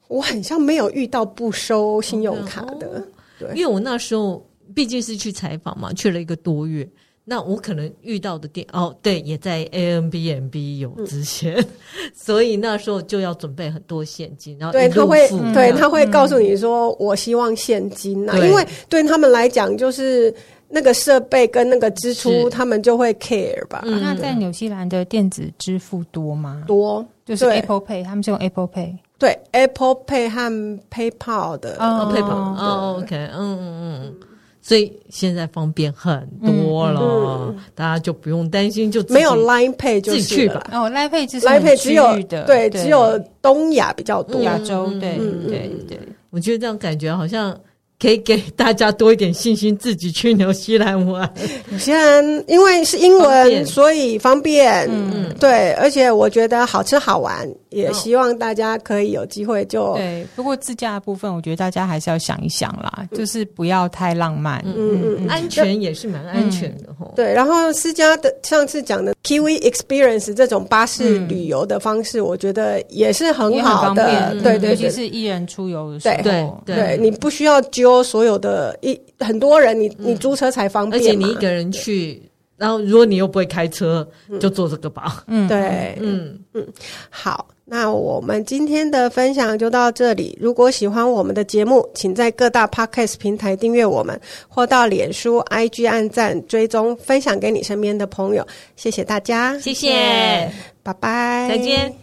S1: 我很像没有遇到不收信用卡的
S2: 哦。因
S1: 对，
S2: 为我那时候毕竟是去采访嘛，去了一个多月，那我可能遇到的店哦，对，也在 A N B N B 有之前， 所以那时候就要准备很多现金，然后
S1: 对
S2: 一路
S1: 他会
S2: 付啊这样
S1: 对他会告诉你说，我希望现金呐、
S2: 嗯对
S1: 因为对他们来讲就是那个设备跟那个支
S2: 是
S1: 出，他们就会 care 吧。
S2: 嗯
S3: 那在纽西兰的电子支付多吗？
S1: 多
S3: 就是
S1: 对
S3: Apple Pay，他们是用 Apple Pay。
S1: 对 Apple Pay 和 PayPal 的
S3: 哦
S2: 配
S3: PayPal
S2: 本哦，OK，嗯嗯嗯。所以现在方便很多了，
S1: 嗯
S2: 大家就不用担心，就自己
S1: 没有 Line Pay 就
S2: 自己
S1: 是
S2: 去
S1: 了
S2: 吧。
S3: 哦，Line Pay 就是
S1: Line
S3: 很
S1: Pay 只有
S3: 区域的，
S1: 对只有东亚比较多。
S3: 亚洲，对
S1: 嗯嗯
S3: 对对。
S2: 我觉得这样感觉好像可以给大家多一点信心，自己去纽西兰玩。
S1: 有些人因为是英
S2: 方便
S1: 文，所以方便。
S3: 嗯
S1: 对，而且我觉得好吃好玩，也
S2: 哦
S1: 希望大家可以有机会就
S3: 对，不过自驾的部分，我觉得大家还是要想一想啦，就是不要太浪漫。
S1: 嗯嗯
S2: 安全也是蛮安全的吼。
S1: 对。然后私家的上次讲的 Kiwi Experience 这种巴士旅游的方式，我觉得也是
S3: 也
S1: 嗯很
S3: 很
S1: 好
S3: 方
S1: 的
S3: 便，。嗯
S1: 对
S3: 尤
S1: 对
S3: 其
S1: 对
S3: 是一人出游的时候，
S1: 对
S2: 对
S1: 对，你不需要揪丢所有的一很多人你，你租车才方
S2: 嗯而
S1: 便嘛，
S2: 且你一个人去，然后如果你又不会开车，就做这个吧。
S3: 嗯，
S1: 对，
S2: 嗯，
S1: 好，那我们今天的分享就到这里。如果喜欢我们的节目，请在各大 podcast 平台订阅我们，或到脸书、IG 按赞、追踪、分享给你身边的朋友。谢谢大家，
S2: 谢谢，
S1: 拜拜，
S2: 再见。